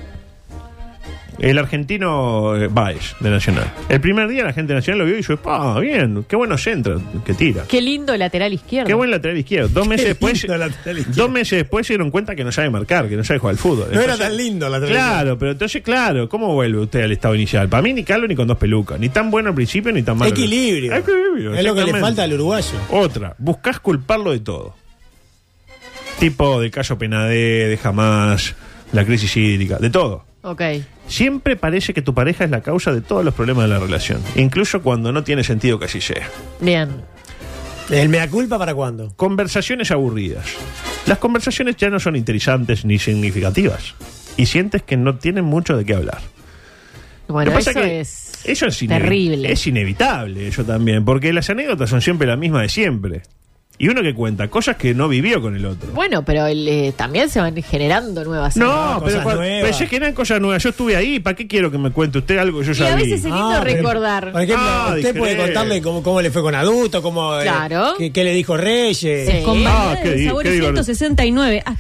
Speaker 7: El argentino eh, Baez, de Nacional. El primer día la gente de Nacional lo vio y dijo, ¡pa, bien! ¡Qué bueno centra! ¡Qué tira!
Speaker 8: Qué lindo lateral izquierdo.
Speaker 7: Qué buen lateral izquierdo. Dos meses después,
Speaker 6: lindo lateral izquierdo.
Speaker 7: dos meses después se dieron cuenta que no sabe marcar, que no sabe jugar al fútbol.
Speaker 6: No era
Speaker 7: Entonces-
Speaker 6: tan lindo la televisión.
Speaker 7: pues Claro, pero entonces, claro, ¿cómo vuelve usted al estado inicial? Para mí, ni calvo ni con dos pelucas. Ni tan bueno al principio ni tan malo.
Speaker 6: Equilibrio.
Speaker 7: Equilibrio,
Speaker 6: Es lo que le
Speaker 7: exactamente.
Speaker 6: falta al uruguayo.
Speaker 7: Otra, buscas culparlo de todo. Tipo de Cayo Penadé, de Jamás, la crisis hídrica, de todo.
Speaker 8: Ok.
Speaker 7: Siempre parece que tu pareja es la causa de todos los problemas de la relación, incluso cuando no tiene sentido que así sea.
Speaker 8: Bien.
Speaker 6: ¿El mea culpa para cuándo?
Speaker 7: Conversaciones aburridas. Las conversaciones ya no son interesantes ni significativas y sientes que no tienen mucho de qué hablar.
Speaker 8: Bueno,
Speaker 7: Lo que
Speaker 8: eso
Speaker 7: pasa que
Speaker 8: es,
Speaker 7: eso es ine-
Speaker 8: terrible.
Speaker 7: Es inevitable eso también, porque las anécdotas son siempre las mismas de siempre. Y uno que cuenta cosas que no vivió con el otro.
Speaker 8: Bueno, pero el, eh, también se van generando nuevas.
Speaker 7: no, pero
Speaker 6: cosas
Speaker 7: cuando-
Speaker 6: nuevas.
Speaker 7: pensé que eran cosas nuevas. Yo estuve ahí, ¿para qué quiero que me cuente usted algo que yo
Speaker 8: Y
Speaker 7: ya
Speaker 8: a
Speaker 7: vi?
Speaker 8: veces es lindo
Speaker 6: Ah, pero-
Speaker 8: recordar.
Speaker 6: Por ejemplo,
Speaker 7: Ah,
Speaker 6: usted puede
Speaker 7: discreto.
Speaker 6: contarle cómo, cómo le fue con adulto, cómo, eh,
Speaker 8: Claro.
Speaker 6: qué, qué le dijo Reyes. Eh,
Speaker 8: Sí.
Speaker 9: Con
Speaker 8: Ah,
Speaker 9: variedades
Speaker 7: qué
Speaker 9: de
Speaker 7: di-
Speaker 9: sabores
Speaker 7: qué divertido.
Speaker 9: 169. Ah,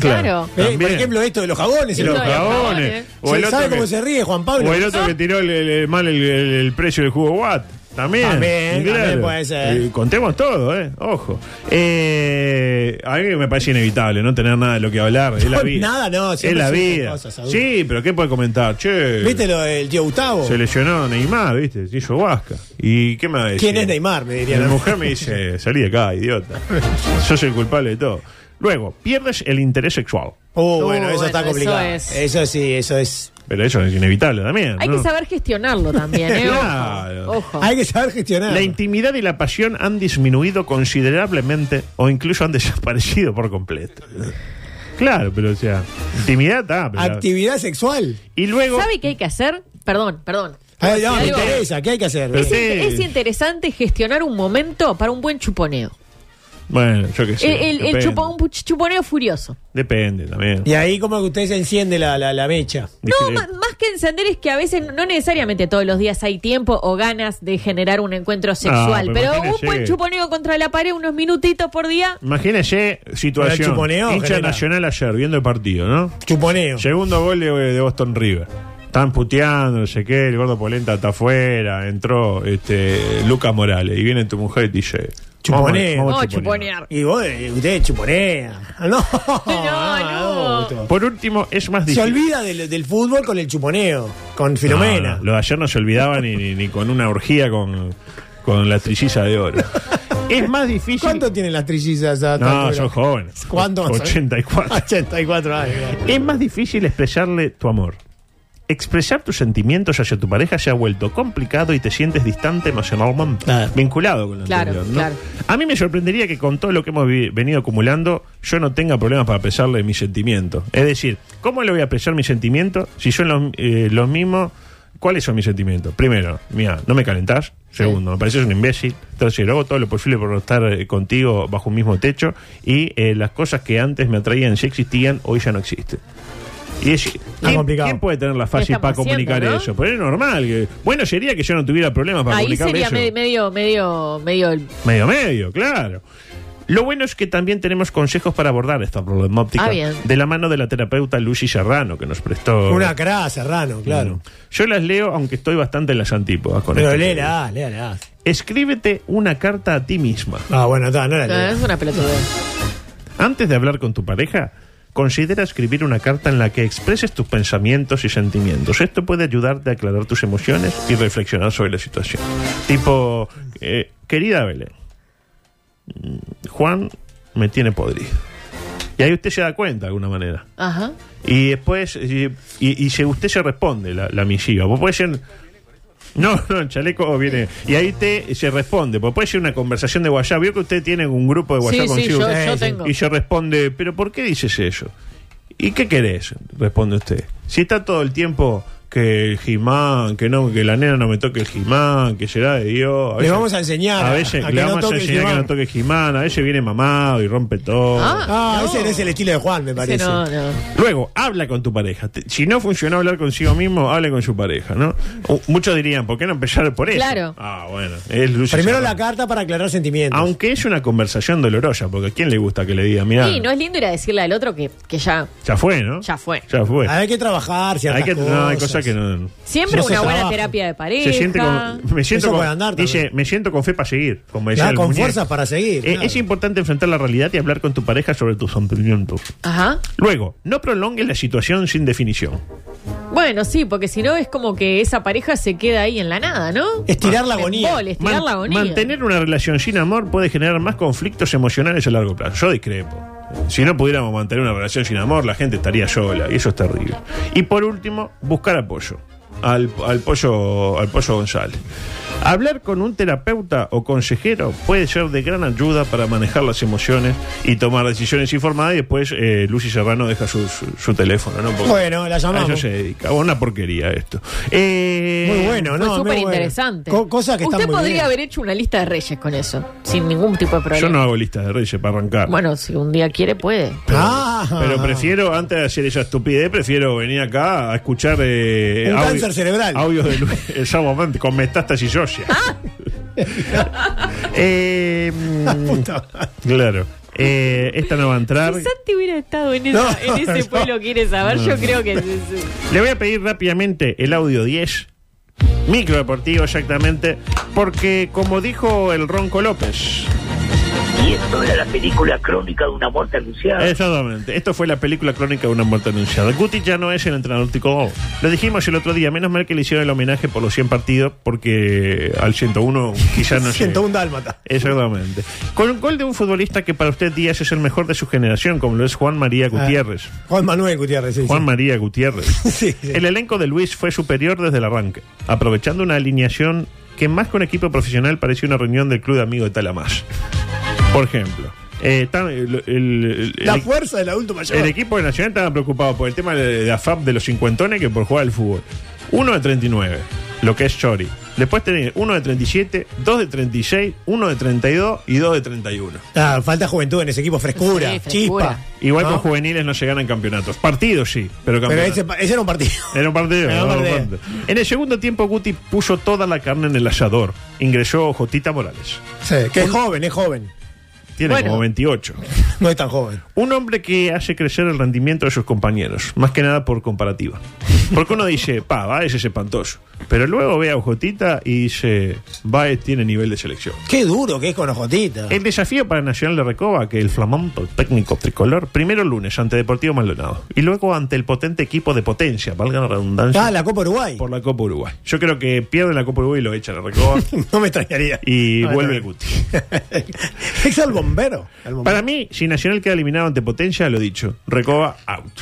Speaker 8: Claro.
Speaker 6: Eh,
Speaker 7: También.
Speaker 6: por ejemplo, esto de los jabones.
Speaker 7: Y
Speaker 6: el
Speaker 7: los
Speaker 6: otro.
Speaker 7: jabones. O el
Speaker 6: Sí, ¿Sabe
Speaker 7: otro
Speaker 6: cómo
Speaker 7: que-
Speaker 6: se ríe Juan Pablo?
Speaker 7: o el otro que tiró el, el- el- mal el, el- el precio del jugo Watt. También.
Speaker 6: También,
Speaker 7: claro.
Speaker 6: también puede ser.
Speaker 7: Y contemos todo, ¿eh? Ojo. Eh, a mí me parece inevitable no tener nada de lo que hablar. Es la
Speaker 6: No,
Speaker 7: vida.
Speaker 6: nada, no,
Speaker 7: Es
Speaker 6: siempre
Speaker 7: la
Speaker 6: surgen
Speaker 7: vida.
Speaker 6: cosas, adulto.
Speaker 7: sí, pero ¿qué puede comentar? Che.
Speaker 6: ¿Viste lo del tío Gustavo?
Speaker 7: Se lesionó Neymar, ¿viste? Se hizo huasca. ¿Y qué me va a decir?
Speaker 6: ¿Quién es Neymar? Me diría
Speaker 7: Mi
Speaker 6: la
Speaker 7: mujer me dice, salí de acá, idiota. Sos el culpable de todo. Luego, pierdes el interés sexual.
Speaker 6: Oh,
Speaker 8: Uh,
Speaker 6: bueno, eso
Speaker 8: bueno,
Speaker 6: está
Speaker 8: eso
Speaker 6: complicado.
Speaker 8: es-
Speaker 6: Eso, sí, eso es.
Speaker 7: Pero eso es inevitable también.
Speaker 8: Hay
Speaker 7: ¿no?
Speaker 8: que saber gestionarlo también, ¿eh? Ojo,
Speaker 7: Claro.
Speaker 8: Ojo.
Speaker 6: Hay que saber gestionar.
Speaker 7: La intimidad y la pasión han disminuido considerablemente o incluso han desaparecido por completo. Claro, pero o sea, intimidad está. pero-
Speaker 6: Actividad sexual.
Speaker 7: Y luego.
Speaker 8: ¿Sabe qué hay que hacer? Perdón, perdón.
Speaker 6: Ay, no, me
Speaker 8: Algo-
Speaker 6: interesa, ¿qué hay que hacer?
Speaker 7: Pero sí.
Speaker 8: Es interesante gestionar un momento para un buen chuponeo.
Speaker 7: Bueno, yo qué sé.
Speaker 8: el el- el
Speaker 7: depende.
Speaker 8: chupa- un puch- chuponeo furioso.
Speaker 7: Depende también.
Speaker 6: Y ahí como que usted se enciende la, la, la mecha.
Speaker 8: No,
Speaker 7: Discre-
Speaker 8: ma- más que encender es que a veces no necesariamente todos los días hay tiempo o ganas de generar un encuentro sexual,
Speaker 7: Ah, pero
Speaker 8: pero, un
Speaker 7: imagínese.
Speaker 8: buen chuponeo contra la pared unos minutitos por día.
Speaker 7: Imagínese
Speaker 6: Pero el
Speaker 7: situación.
Speaker 6: chuponeo
Speaker 7: Hincha
Speaker 6: genera.
Speaker 7: nacional ayer viendo el partido, ¿no?
Speaker 6: Chuponeo.
Speaker 7: Segundo gol de, de Boston River. Están puteando, no sé qué, el gordo Polenta está afuera, entró este Lucas Morales y viene tu mujer y te dice...
Speaker 6: Chuponea.
Speaker 7: vamos- vamos a
Speaker 8: Oh, chuponear.
Speaker 6: Y vos, eh, ustedes chuponean. <laughs> No,
Speaker 8: no.
Speaker 6: Augusto.
Speaker 7: Por último, es más
Speaker 6: Se
Speaker 7: difícil.
Speaker 6: olvida del, del fútbol con el chuponeo, con
Speaker 7: No,
Speaker 6: Filomena.
Speaker 7: no, lo de ayer no se olvidaba ni, ni, ni con una orgía con, con la trilliza de
Speaker 6: <laughs>
Speaker 7: oro. es más difícil.
Speaker 6: ¿Cuánto tienen las trillizas? a esta
Speaker 7: No,
Speaker 6: altura?
Speaker 7: son jóvenes.
Speaker 6: ¿Cuánto?
Speaker 7: 84.
Speaker 6: 84 años.
Speaker 7: Es más difícil expresarle tu amor. Expresar tus sentimientos hacia tu pareja se ha vuelto complicado y te sientes distante emocionalmente,
Speaker 6: Claro.
Speaker 7: vinculado con lo
Speaker 8: Claro,
Speaker 7: anterior, ¿no?
Speaker 8: claro.
Speaker 7: A mí me sorprendería que con todo lo que hemos vi- venido acumulando, yo no tenga problemas para expresarle mis sentimientos. Es decir, ¿cómo le voy a expresar mis sentimientos si son los, eh, los mismos? ¿Cuáles son mis sentimientos? Primero, mira, no me calentás. Segundo, me pareces un imbécil. Tercero, hago todo lo posible por estar eh, contigo bajo un mismo techo. Y eh, las cosas que antes me atraían, si existían, hoy ya no existen. Y es, ¿quién,
Speaker 6: complicado.
Speaker 7: quién puede tener la fácil
Speaker 8: estamos
Speaker 7: para comunicar
Speaker 8: haciendo, no?
Speaker 7: eso? Pero es normal. que- bueno, sería que yo no tuviera problemas para
Speaker 8: Ahí
Speaker 7: comunicar
Speaker 8: sería
Speaker 7: eso.
Speaker 8: me- medio, medio, medio,
Speaker 7: Medio medio, claro. Lo bueno es que también tenemos consejos para abordar esta problemática
Speaker 8: Ah, bien.
Speaker 7: de la mano de la terapeuta Lucy Serrano que nos prestó. Mm.
Speaker 6: Una cara serrano, claro.
Speaker 7: Yo las leo aunque estoy bastante en las antípodas con
Speaker 6: Pero
Speaker 7: este
Speaker 6: léela, léela.
Speaker 7: tema. Escríbete una carta a ti misma.
Speaker 6: Ah, bueno, está, no la
Speaker 8: Ah,
Speaker 6: leo.
Speaker 8: es una pelotudez.
Speaker 7: Antes de hablar con tu pareja, considera escribir una carta en la que expreses tus pensamientos y sentimientos. Esto puede ayudarte a aclarar tus emociones y reflexionar sobre la situación. Tipo, eh, querida Belén, mm, Juan me tiene podrido. Y ahí usted se da cuenta de alguna manera.
Speaker 8: Ajá.
Speaker 7: Y después, y, y- y se- usted se responde la, la misiva. Vos podés ser- No, <laughs> no, el chaleco viene. Y ahí te eh, se responde. Porque puede ser una conversación de WhatsApp. Vio que usted tiene un grupo de
Speaker 8: Sí,
Speaker 7: WhatsApp
Speaker 8: sí,
Speaker 7: consigo.
Speaker 8: yo- yo tengo.
Speaker 7: Y se responde, ¿pero por qué dices eso? ¿Y qué querés? Responde usted. Si está todo el tiempo que el Jimán, que no, que la nena no me toque el Jimán, que será de Dios. A
Speaker 6: Le vamos a enseñar
Speaker 7: A
Speaker 6: a-
Speaker 7: veces
Speaker 6: a que
Speaker 7: le
Speaker 6: no
Speaker 7: vamos a
Speaker 6: toque el
Speaker 7: enseñar que
Speaker 6: He-Man.
Speaker 7: no toque Jimán. A veces viene mamado y rompe todo.
Speaker 8: Ah,
Speaker 6: Ah,
Speaker 8: no.
Speaker 6: ese no es el estilo de Juan, me
Speaker 8: Ese
Speaker 6: parece.
Speaker 8: no, no.
Speaker 7: Luego, habla con tu pareja. Te- Si no funcionó hablar consigo mismo, hable con su pareja, ¿no? O- muchos dirían, ¿por qué no empezar por eso?
Speaker 8: Claro.
Speaker 7: Ah, bueno. es Lucy
Speaker 6: Primero
Speaker 7: Serrano.
Speaker 6: la carta para aclarar sentimientos.
Speaker 7: Aunque es una conversación dolorosa, porque ¿a quién le gusta que le diga, mira,
Speaker 8: Sí, no es lindo ir a decirle al otro que, que ya.
Speaker 7: ya fue, ¿no?
Speaker 8: Ya fue.
Speaker 7: Ya fue.
Speaker 6: Hay que trabajar ciertas
Speaker 7: pues, Hay que,
Speaker 6: cosas.
Speaker 7: no, hay cosas que no...
Speaker 8: Siempre
Speaker 6: No se
Speaker 8: una buena
Speaker 6: trabaja.
Speaker 8: terapia de pareja.
Speaker 7: Se siente <laughs> con, me siento
Speaker 6: Eso
Speaker 7: con,
Speaker 6: puede andar
Speaker 7: dice,
Speaker 6: también.
Speaker 7: me siento con fe para seguir, como decía
Speaker 6: Claro,
Speaker 7: el
Speaker 6: con
Speaker 7: muñeco.
Speaker 6: fuerzas para seguir,
Speaker 7: Eh,
Speaker 6: claro.
Speaker 7: Es importante enfrentar la realidad y hablar con tu pareja sobre tus sentimientos.
Speaker 8: Ajá.
Speaker 7: Luego, no prolongues la situación sin definición.
Speaker 8: Bueno, sí, porque si no es como que esa pareja se queda ahí en la nada, ¿no?
Speaker 6: Estirar la agonía.
Speaker 8: Ah. Embole, estirar
Speaker 7: Man-
Speaker 8: la agonía.
Speaker 7: Mantener una relación sin amor puede generar más conflictos emocionales a largo plazo. Yo discrepo. Si no pudiéramos mantener una relación sin amor, la gente estaría sola y eso es terrible. Y por último, buscar apoyo. Al, al pollo, al pollo González. Hablar con un terapeuta o consejero puede ser de gran ayuda para manejar las emociones y tomar decisiones informadas. Y después eh, Lucy Serrano deja su, su- su teléfono, ¿no? Porque
Speaker 6: Bueno, la llamamos.
Speaker 7: A eso se dedica. Una porquería esto. Eh,
Speaker 6: Muy bueno,
Speaker 8: Fue
Speaker 6: ¿no? muy
Speaker 8: súper
Speaker 6: bueno.
Speaker 8: interesante.
Speaker 6: Co- cosas que
Speaker 8: Usted
Speaker 6: están muy
Speaker 8: podría
Speaker 6: bien.
Speaker 8: haber hecho una lista de reyes con eso, sin ningún tipo
Speaker 6: eh.
Speaker 8: de problema.
Speaker 7: Yo no hago listas de reyes para arrancar.
Speaker 8: Bueno, si un día quiere, puede.
Speaker 6: Ah,
Speaker 7: Pero prefiero, antes de hacer esa estupidez, prefiero venir acá a escuchar. eh,
Speaker 6: Un cáncer cerebral.
Speaker 7: Audios
Speaker 6: <laughs>
Speaker 7: de Luis Exactamente, con metástasis ósea. Eh, mm,
Speaker 6: Puta madre.
Speaker 7: claro. Eh, esta no va a entrar.
Speaker 8: Quizás te hubiera estado en, esa-
Speaker 6: No,
Speaker 8: en ese
Speaker 6: no.
Speaker 8: pueblo, quiere saber. Yo creo que.
Speaker 7: Le voy a pedir rápidamente el audio 10. Micro deportivo, exactamente. Porque, como dijo el Ronco López.
Speaker 12: Y esto era la película crónica de una muerte anunciada.
Speaker 7: <laughs> Exactamente. Esto fue la película crónica de una muerte anunciada. Guti ya no es el entrenador tricolor. Lo dijimos el otro día. Menos mal que le hicieron el homenaje por los 100 partidos, porque al 101 quizás
Speaker 6: <laughs>
Speaker 7: no llegue.
Speaker 6: 101 dálmata.
Speaker 7: Exactamente. Con un gol de un futbolista que para usted Díaz es el mejor de su generación, como lo es Juan María Gutiérrez.
Speaker 6: Juan Manuel Gutiérrez, Ah. sí.
Speaker 7: Juan
Speaker 6: sí.
Speaker 7: María Gutiérrez.
Speaker 6: <laughs> Sí, sí.
Speaker 7: El elenco de Luis fue superior desde el arranque, aprovechando una alineación que más que un equipo profesional parecía una reunión del club de amigos de Talamás. Por ejemplo, eh, tan- el- el- el-
Speaker 6: La
Speaker 7: el-
Speaker 6: fuerza del adulto mayor.
Speaker 7: el equipo de Nacional estaba preocupado por el tema de la FAP de los cincuentones que por jugar al fútbol. Uno de 39, lo que es Chori. Después tenés uno de 37, dos de 36, uno de 32 y dos de 31.
Speaker 6: Ah, falta juventud en ese equipo, frescura,
Speaker 8: Sí, frescura.
Speaker 6: chispa.
Speaker 7: Igual
Speaker 6: ¿no?
Speaker 7: con juveniles no se ganan campeonatos. Partidos sí, pero
Speaker 6: Pero
Speaker 7: campeonatos.
Speaker 6: ese, ese era un partido.
Speaker 7: Era un partido.
Speaker 6: Era un
Speaker 7: era un
Speaker 6: partido.
Speaker 7: partido. En el segundo tiempo, Guti puso toda la carne en el asador. Ingresó Jotita Morales.
Speaker 6: Sí, que es joven, es joven.
Speaker 7: Tiene
Speaker 8: Bueno.
Speaker 7: como 28.
Speaker 6: No es tan joven.
Speaker 7: Un hombre que hace crecer el rendimiento de sus compañeros, más que nada por comparativa. Porque uno dice, pa, Baez es espantoso. Pero luego ve a Ojotita y dice, Baez tiene nivel de selección.
Speaker 6: Qué duro que es con Ojotita.
Speaker 7: El desafío para Nacional de Recoba, que el flamante técnico tricolor, primero lunes ante Deportivo Maldonado y luego ante el potente equipo de potencia, valga la redundancia.
Speaker 6: Ah, la Copa Uruguay.
Speaker 7: Por la Copa Uruguay. Yo creo que pierde la Copa Uruguay y lo echa la Recoba
Speaker 6: <laughs> No me extrañaría.
Speaker 7: y
Speaker 6: No me
Speaker 7: vuelve el
Speaker 6: extrañaría.
Speaker 7: Guti.
Speaker 6: <laughs> es el bombero. el bombero.
Speaker 7: Para mí, si Nacional queda eliminado ante Potencia, lo dicho, Recoba out.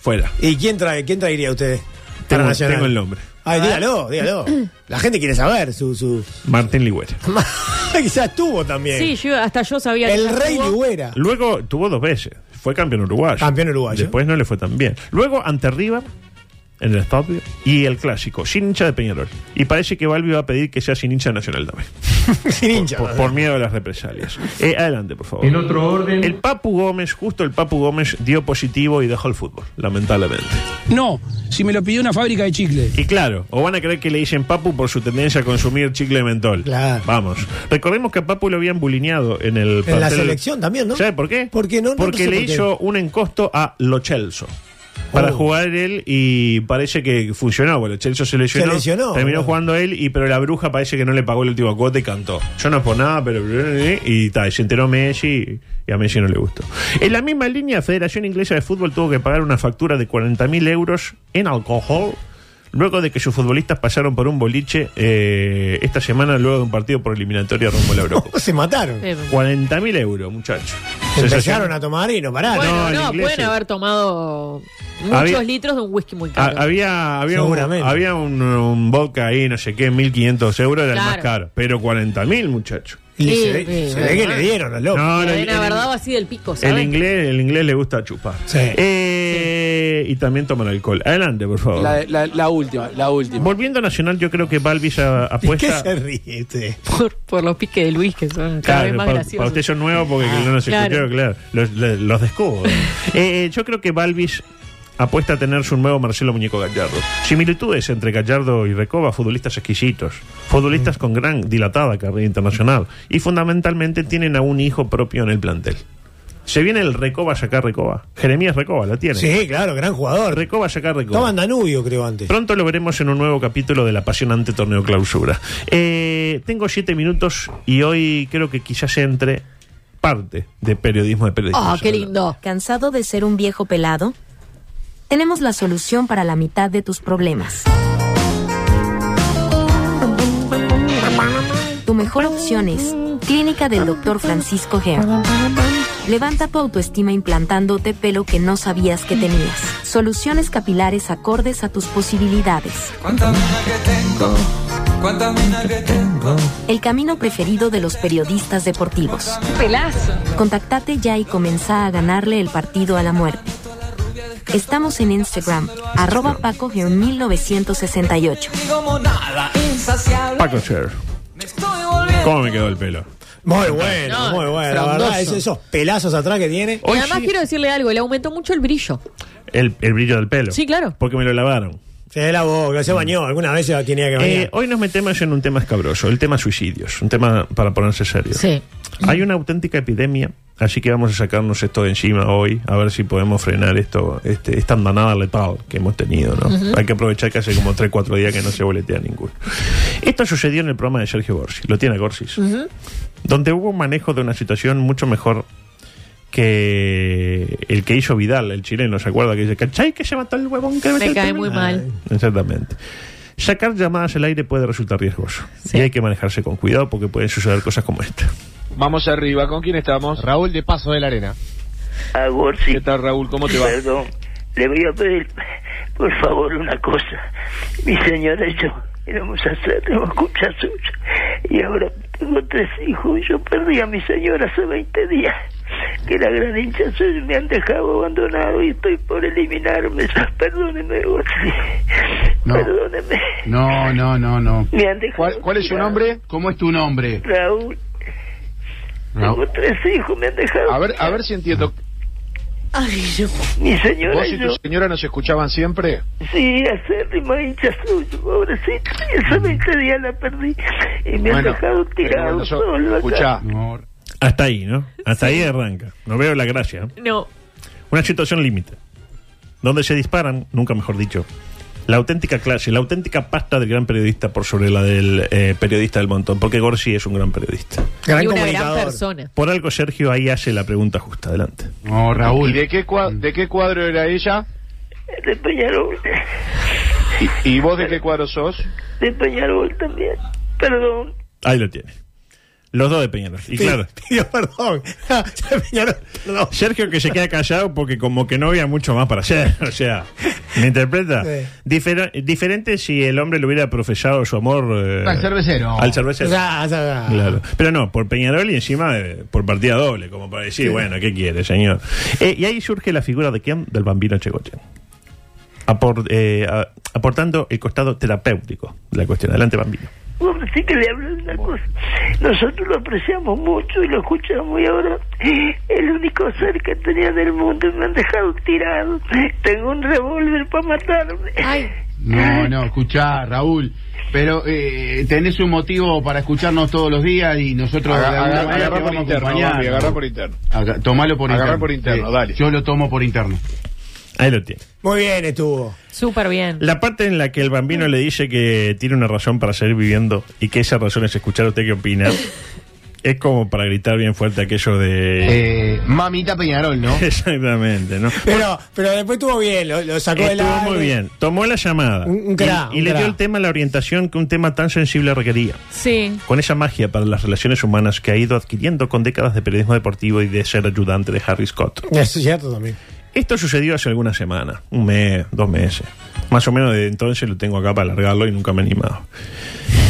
Speaker 7: Fuera.
Speaker 6: ¿Y quién, trae, quién traería a ustedes?
Speaker 7: Tengo,
Speaker 6: para Nacional?
Speaker 7: tengo el nombre.
Speaker 6: Ay, dígalo, dígalo. La gente quiere saber su. su...
Speaker 7: Martín Ligüera.
Speaker 6: <laughs> Quizás tuvo también.
Speaker 9: Sí, yo, hasta yo sabía que
Speaker 6: el
Speaker 9: ya
Speaker 6: rey
Speaker 9: jugó.
Speaker 6: Ligüera. <laughs>
Speaker 7: Luego tuvo dos veces. Fue campeón uruguayo.
Speaker 6: Campeón uruguayo.
Speaker 7: Después no le fue tan bien. Luego ante River, en el estadio, y el clásico, sin hincha de Peñarol. Y parece que Balbi va a pedir que sea sin hincha de nacional también.
Speaker 6: Sin hincha.
Speaker 7: Por, por miedo a las represalias. Eh, adelante, por favor.
Speaker 5: otro orden.
Speaker 7: El Papu Gómez, justo el Papu Gómez, dio positivo y dejó el fútbol, lamentablemente.
Speaker 4: No, si me lo pidió una fábrica de chicles.
Speaker 7: Y claro, o van a creer que le dicen Papu por su tendencia a consumir chicle de mentol.
Speaker 6: Claro.
Speaker 7: Vamos. Recordemos que a Papu lo habían bulineado en el
Speaker 6: En la
Speaker 7: plantel-
Speaker 6: selección también, ¿no?
Speaker 7: ¿Sabe por qué?
Speaker 6: ¿Por qué no? No, no
Speaker 7: Porque
Speaker 6: sé
Speaker 7: le
Speaker 6: por qué.
Speaker 7: hizo un encosto a Lo Celso. Para
Speaker 6: Oh.
Speaker 7: jugar él y parece que funcionó. Bueno, Celso se lesionó.
Speaker 6: Se lesionó,
Speaker 7: terminó
Speaker 6: boludo.
Speaker 7: jugando él, y pero la bruja parece que no le pagó el último cuota y cantó. Yo no es por nada, pero. Y tal, se enteró Messi y a Messi no le gustó. En la misma línea, Federación Inglesa de Fútbol tuvo que pagar una factura de 40.000 euros en alcohol. Luego de que sus futbolistas pasaron por un boliche eh, esta semana, luego de un partido por eliminatoria rumbo a la
Speaker 6: <laughs>
Speaker 7: Eurocopa.
Speaker 6: Se mataron.
Speaker 8: Eh,
Speaker 7: 40.000 euros, muchachos.
Speaker 6: Empezaron a tomar y no pararon.
Speaker 7: no,
Speaker 8: bueno,
Speaker 7: en
Speaker 8: no,
Speaker 7: inglés
Speaker 8: pueden
Speaker 7: sí.
Speaker 8: haber tomado muchos
Speaker 7: Había- Ah,
Speaker 8: litros de un whisky muy
Speaker 7: Ha-
Speaker 8: caro.
Speaker 7: Había, había, un,
Speaker 6: Seguramente.
Speaker 7: había un, un vodka ahí, no sé qué, 1.500 euros, era el más
Speaker 8: Claro.
Speaker 7: caro. Pero 40.000, muchachos.
Speaker 6: Y le-
Speaker 8: Sí,
Speaker 6: se, ve,
Speaker 8: sí,
Speaker 6: se ve que le dieron al loco.
Speaker 7: No, no,
Speaker 8: la
Speaker 7: el,
Speaker 8: avena
Speaker 7: el-
Speaker 8: verdad así del pico,
Speaker 7: el
Speaker 8: ¿sabes?
Speaker 7: inglés, el inglés le gusta chupar.
Speaker 6: Sí.
Speaker 7: Eh, Y también toman alcohol. Adelante, por favor.
Speaker 4: La, la- la última, la última.
Speaker 7: Volviendo a Nacional, yo creo que Balvis a-
Speaker 6: ¿Y ¿Qué se
Speaker 7: apuesta.
Speaker 6: ríe este? usted?
Speaker 8: <laughs> Por, por los piques de Luis, que son cada vez
Speaker 7: Claro,
Speaker 8: más
Speaker 7: para, para
Speaker 8: graciosos.
Speaker 7: usted son nuevos porque no nos
Speaker 8: claro.
Speaker 7: escuchó, claro. Los, le- los descubro. Eh, yo creo que Balvis apuesta a tener su nuevo Marcelo Muñeco Gallardo. Similitudes entre Gallardo y Recoba, futbolistas exquisitos, futbolistas con gran dilatada carrera internacional y fundamentalmente tienen a un hijo propio en el plantel. Se viene el Recoba sacar Recoba. Jeremías Recoba la tiene.
Speaker 6: Sí, claro, gran jugador.
Speaker 7: Recoba sacar Recoba.
Speaker 6: Estaban Danubio, creo, antes.
Speaker 7: Pronto lo veremos en un nuevo capítulo del apasionante torneo clausura. Eh, tengo siete minutos y hoy creo que quizás entre parte de periodismo de periodismo.
Speaker 8: Oh, qué
Speaker 7: Sobre-
Speaker 8: lindo.
Speaker 10: ¿Cansado de ser un viejo pelado? Tenemos la solución para la mitad de tus problemas. Tu mejor opción es Clínica del Dr. Francisco Gea. Levanta tu autoestima implantándote pelo que no sabías que tenías. Soluciones capilares acordes a tus posibilidades. El camino preferido de los periodistas deportivos.
Speaker 8: Pelazo.
Speaker 10: Contactate ya y comenzá a ganarle el partido a la muerte. Estamos en Instagram, arroba Paco 1968.
Speaker 7: Paco Scher. ¿Cómo me quedó el pelo?
Speaker 6: Muy bueno,
Speaker 8: No,
Speaker 6: muy bueno. La
Speaker 8: frondoso.
Speaker 6: verdad, esos, esos pelazos atrás que tiene.
Speaker 5: Oh.
Speaker 8: Y además
Speaker 7: sí-
Speaker 8: quiero decirle algo, le aumentó mucho el brillo.
Speaker 7: El, el brillo del pelo.
Speaker 8: Sí, claro.
Speaker 7: Porque me lo lavaron.
Speaker 6: Se la boca, se bañó. Alguna vez se tenía que
Speaker 7: Eh,
Speaker 5: oh.
Speaker 6: bañar.
Speaker 7: hoy nos metemos en un tema escabroso, el tema suicidios, un tema para ponerse serio.
Speaker 8: Sí.
Speaker 7: Hay una auténtica epidemia, así que vamos a sacarnos esto de encima hoy, a ver si podemos frenar esto, este, esta andanada letal que hemos tenido, ¿no? Hay que aprovechar que hace como 3, 4 días que no se boletea ninguno. Esto sucedió en el programa de Sergio Gorsi, lo tiene Gorsis, donde hubo un manejo de una situación mucho mejor que el que hizo Vidal, el chileno, ¿se acuerda? Que dice, ¿cachai que se mató el huevón que metió
Speaker 8: Me
Speaker 7: el
Speaker 8: cae
Speaker 7: primer-?"
Speaker 8: muy mal.
Speaker 7: Exactamente. Sacar llamadas al aire puede resultar riesgoso.
Speaker 8: Sí.
Speaker 7: Y hay que manejarse con cuidado porque pueden suceder cosas como esta.
Speaker 5: Vamos arriba, ¿con quién estamos? Raúl de Paso de la Arena.
Speaker 12: A Gorsi.
Speaker 5: ¿Qué tal, Raúl? ¿Cómo te va?
Speaker 12: Ah, Perdón, le voy a pedir, por favor, una cosa. Mi señora y yo éramos hacemos escucha suya. Y ahora tengo tres hijos. Yo perdí a mi señora hace 20 días. Que la gran hincha soy, me han dejado abandonado y estoy por eliminarme. Perdóneme, Gorsi.
Speaker 5: No.
Speaker 12: Perdóneme.
Speaker 5: No, no, no, no.
Speaker 12: Me han dejado
Speaker 5: ¿Cuál, cuál es su
Speaker 12: tirado.
Speaker 5: nombre? ¿Cómo es tu nombre?
Speaker 12: Raúl.
Speaker 5: Raúl.
Speaker 12: Tengo tres hijos, me han dejado.
Speaker 5: A ver, a ver si entiendo.
Speaker 12: Mi señora
Speaker 5: ¿Vos
Speaker 12: y
Speaker 5: y
Speaker 12: yo.
Speaker 5: tu señora nos escuchaban siempre?
Speaker 12: Sí, acérrima hincha suyo, pobrecito. Y hace 20 días la perdí. Y me han dejado
Speaker 5: pero
Speaker 12: tirado
Speaker 5: bueno, yo-
Speaker 12: solo acá.
Speaker 5: escuchá.
Speaker 7: Hasta ahí, ¿no? Hasta ahí arranca. No veo la gracia.
Speaker 8: No.
Speaker 7: Una situación límite. Donde se disparan, nunca mejor dicho, la auténtica clase, la auténtica pasta del gran periodista por sobre la del eh, periodista del montón. Porque Gorsi es un gran periodista.
Speaker 8: y una gran persona.
Speaker 7: Por algo, Sergio ahí hace la pregunta justa. Adelante.
Speaker 5: No, ¿Y de qué, cua- de qué cuadro era ella?
Speaker 12: De Peñarol.
Speaker 5: ¿Y vos de qué cuadro sos?
Speaker 12: De Peñarol también. Perdón.
Speaker 7: Ahí lo tiene. Los dos de Peñarol. Y
Speaker 6: Sí.
Speaker 7: claro.
Speaker 6: <laughs> Pidió perdón. Peñarol, perdón.
Speaker 7: Sergio que se queda callado porque como que no había mucho más para hacer. <laughs> O sea, ¿me interpreta?
Speaker 6: Sí.
Speaker 7: Difer- diferente si el hombre le hubiera profesado su amor... eh,
Speaker 5: Al cervecero.
Speaker 7: Al cervecero.
Speaker 6: Ya, ya, ya.
Speaker 7: Claro. Pero no, por Peñarol y encima eh, por partida doble, como para decir, bueno, ¿qué quiere, señor? Eh, y ahí surge la figura de quién? Del bambino Chegochen. Apor- eh, a- aportando el costado terapéutico de la cuestión. Adelante, bambino.
Speaker 12: Vos sí que le hablé de una cosa. Nosotros lo apreciamos mucho y lo escuchamos y ahora el único ser que tenía del mundo me han dejado tirado. Tengo un revólver para matarme.
Speaker 8: Ay,
Speaker 13: No, no, escuchá, Raúl. Pero eh, tenés un motivo para escucharnos todos los días y nosotros de alguna
Speaker 5: Agarra,
Speaker 13: manera
Speaker 5: agarra
Speaker 13: te
Speaker 5: por
Speaker 13: vamos a
Speaker 5: interno,
Speaker 13: acompañar.
Speaker 5: Bambi, agarra por interno.
Speaker 13: Aga- tomalo por
Speaker 5: Agarra
Speaker 13: interno.
Speaker 5: por interno, dale.
Speaker 13: Yo lo tomo por interno.
Speaker 7: Ahí lo tiene.
Speaker 6: Muy bien estuvo.
Speaker 8: súper bien.
Speaker 7: La parte en la que el bambino le dice que tiene una razón para seguir viviendo y que esa razón es escuchar usted qué opina,
Speaker 6: <laughs>
Speaker 7: es como para gritar bien fuerte aquello de...
Speaker 13: Eh, mamita Peñarol, ¿no?
Speaker 7: <laughs> Exactamente, ¿no?
Speaker 6: Pero, pero después estuvo bien, lo, lo sacó del
Speaker 7: Estuvo
Speaker 6: aire.
Speaker 7: muy bien. Tomó la llamada
Speaker 6: Un- un cra,
Speaker 7: y, y
Speaker 6: un
Speaker 7: le
Speaker 6: cra.
Speaker 7: dio el tema la orientación que un tema tan sensible requería.
Speaker 8: Sí.
Speaker 7: Con esa magia para las relaciones humanas que ha ido adquiriendo con décadas de periodismo deportivo y de ser ayudante de Harry Scott.
Speaker 6: Eso es cierto también.
Speaker 7: Esto sucedió hace algunas semanas, un mes, dos meses. Más o menos de entonces lo tengo acá para alargarlo y nunca me he animado.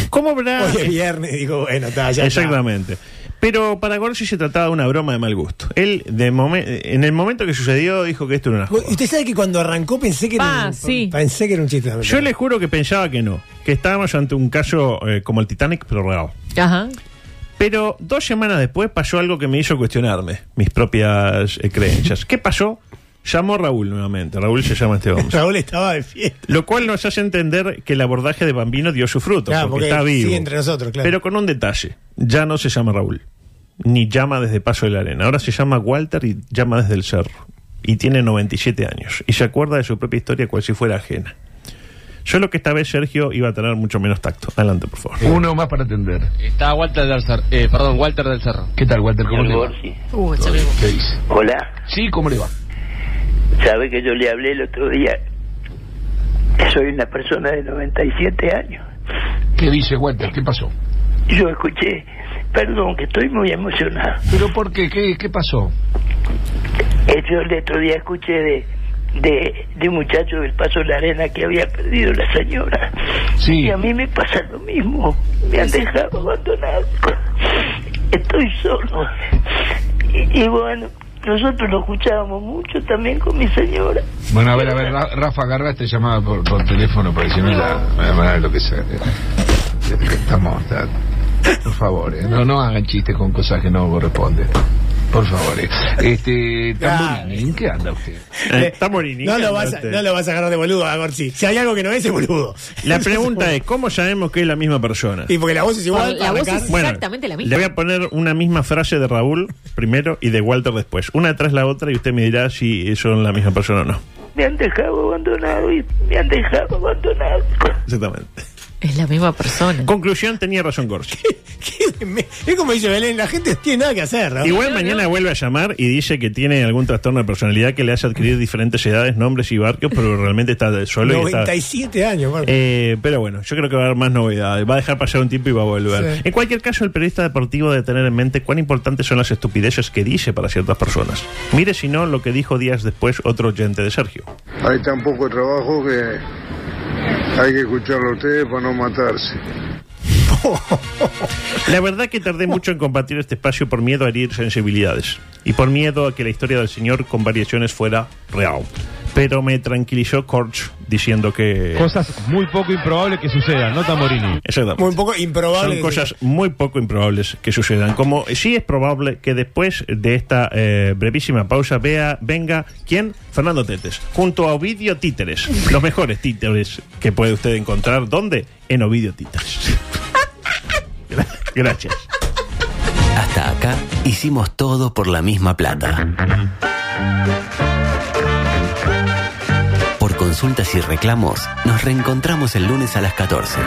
Speaker 7: ¿Cómo habrá
Speaker 6: Hoy es viernes, digo, bueno, está, ya está.
Speaker 7: Ah, Exactamente. Pero para Gorsi se trataba de una broma de mal gusto. Él, de momen- en el momento que sucedió, dijo que esto era una
Speaker 6: Bueno,
Speaker 7: joda.
Speaker 6: y Usted sabe que cuando arrancó pensé que
Speaker 8: Ah,
Speaker 6: era un,
Speaker 8: sí.
Speaker 6: pensé que era un chiste. también.
Speaker 7: Yo le juro que pensaba que no, que estábamos ante un caso eh, como el Titanic, pero real.
Speaker 8: Ajá.
Speaker 7: Pero dos semanas después pasó algo que me hizo cuestionarme mis propias eh, creencias. ¿Qué pasó? Llamó Raúl nuevamente. Raúl se llama este hombre.
Speaker 6: <laughs> Raúl estaba de fiesta.
Speaker 7: Lo cual nos hace entender que el abordaje de Bambino dio su fruto,
Speaker 6: Claro,
Speaker 7: porque,
Speaker 6: porque
Speaker 7: está vivo.
Speaker 6: sigue entre nosotros, claro.
Speaker 7: Pero con un detalle, ya no se llama Raúl, ni llama desde Paso de la Arena, ahora se llama Walter y llama desde el Cerro, y tiene 97 años, y se acuerda de su propia historia cual si fuera ajena. Solo que esta vez Sergio iba a tener mucho menos tacto. Adelante, por favor.
Speaker 13: Uno más para atender.
Speaker 4: Está Walter del Cerro. eh, perdón, Walter del Cerro.
Speaker 13: ¿Qué tal, Walter? ¿Cómo
Speaker 12: Señor
Speaker 13: te va?
Speaker 12: Borsi.
Speaker 8: Uh, ya vemos.
Speaker 13: ¿Qué dice?
Speaker 12: Hola.
Speaker 4: Sí, ¿cómo le va?
Speaker 12: ¿Sabe que yo le hablé el otro día? Soy una persona de 97 años.
Speaker 13: ¿Qué dice, Walter? ¿Qué pasó?
Speaker 12: Yo escuché, perdón que estoy muy emocionado.
Speaker 13: ¿Pero por qué? ¿Qué, qué pasó?
Speaker 12: Eh, Yo el otro día escuché de, de, de un muchacho del Paso de la Arena que había perdido la señora.
Speaker 13: Sí.
Speaker 12: Y a mí me pasa lo mismo. Me han dejado abandonado. Estoy solo. Y, y bueno, nosotros lo escuchábamos mucho también con mi señora.
Speaker 13: Bueno, a ver, a ver, Ra- Rafa, agarra esta llamada por, por teléfono, porque si no ya me van a ver lo que sea. Estamos, está- por favor, eh, no, no hagan chistes con cosas que no corresponden. Por favor, eh. este, Tamborini, ¿en qué anda usted?
Speaker 7: Eh, está Morini.
Speaker 6: No lo,
Speaker 7: ¿qué
Speaker 6: vas a,
Speaker 7: andaste?
Speaker 6: no lo vas a agarrar de boludo a Gorsi. Si hay algo que no es, es boludo.
Speaker 7: <laughs> La pregunta es, ¿cómo sabemos que es la misma persona?
Speaker 6: Y porque la voz es igual.
Speaker 8: Por- la
Speaker 6: para <laughs>
Speaker 8: voz
Speaker 6: arrancar.
Speaker 8: es- Exactamente la misma.
Speaker 7: Le voy a poner una misma frase de Raúl primero y de Walter después. Una tras la otra y usted me dirá si son la misma persona o no.
Speaker 12: Me han dejado abandonado y me han dejado abandonado.
Speaker 7: Exactamente.
Speaker 8: Es la misma persona.
Speaker 7: Conclusión, tenía razón Gorsi.
Speaker 6: ¿Qué de me- es como dice Belén, la gente no tiene nada que hacer, ¿no?
Speaker 7: Igual mañana vuelve a llamar y dice que tiene algún trastorno de personalidad que le hace adquirir diferentes edades, nombres y barrios, pero realmente está solo
Speaker 6: <laughs>
Speaker 7: y está...
Speaker 6: 97 años, <laughs> Marco.
Speaker 7: Eh, pero bueno, yo creo que va a haber más novedades. Va a dejar pasar un tiempo y va a volver.
Speaker 6: Sí.
Speaker 7: En cualquier caso, el periodista deportivo debe tener en mente cuán importantes son las estupideces que dice para ciertas personas. Mire si no lo que dijo días después otro oyente de Sergio.
Speaker 14: Hay tan poco trabajo que hay que escucharlo a ustedes para no matarse.
Speaker 7: La verdad que tardé mucho en compartir este espacio por miedo a herir sensibilidades y por miedo a que la historia del señor con variaciones fuera real. Pero me tranquilizó Korch diciendo que...
Speaker 5: Cosas muy poco improbables que sucedan, ¿no, Tamorini?
Speaker 7: Exactamente.
Speaker 6: Muy poco improbable.
Speaker 7: Son
Speaker 6: que-
Speaker 7: cosas muy poco improbables que sucedan. Como sí es probable que después de esta eh, brevísima pausa vea, venga, ¿quién? Fernando Tetes, junto a Ovidio Títeres. Los mejores títeres que puede usted encontrar. <laughs> ¿Dónde? En Ovidio Títeres. Gra- Gracias.
Speaker 3: hasta acá hicimos todo por la misma plata. Por consultas y reclamos, nos reencontramos el lunes a las 14.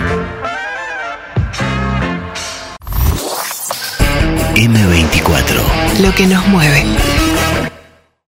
Speaker 3: M24.
Speaker 1: Lo que nos mueve.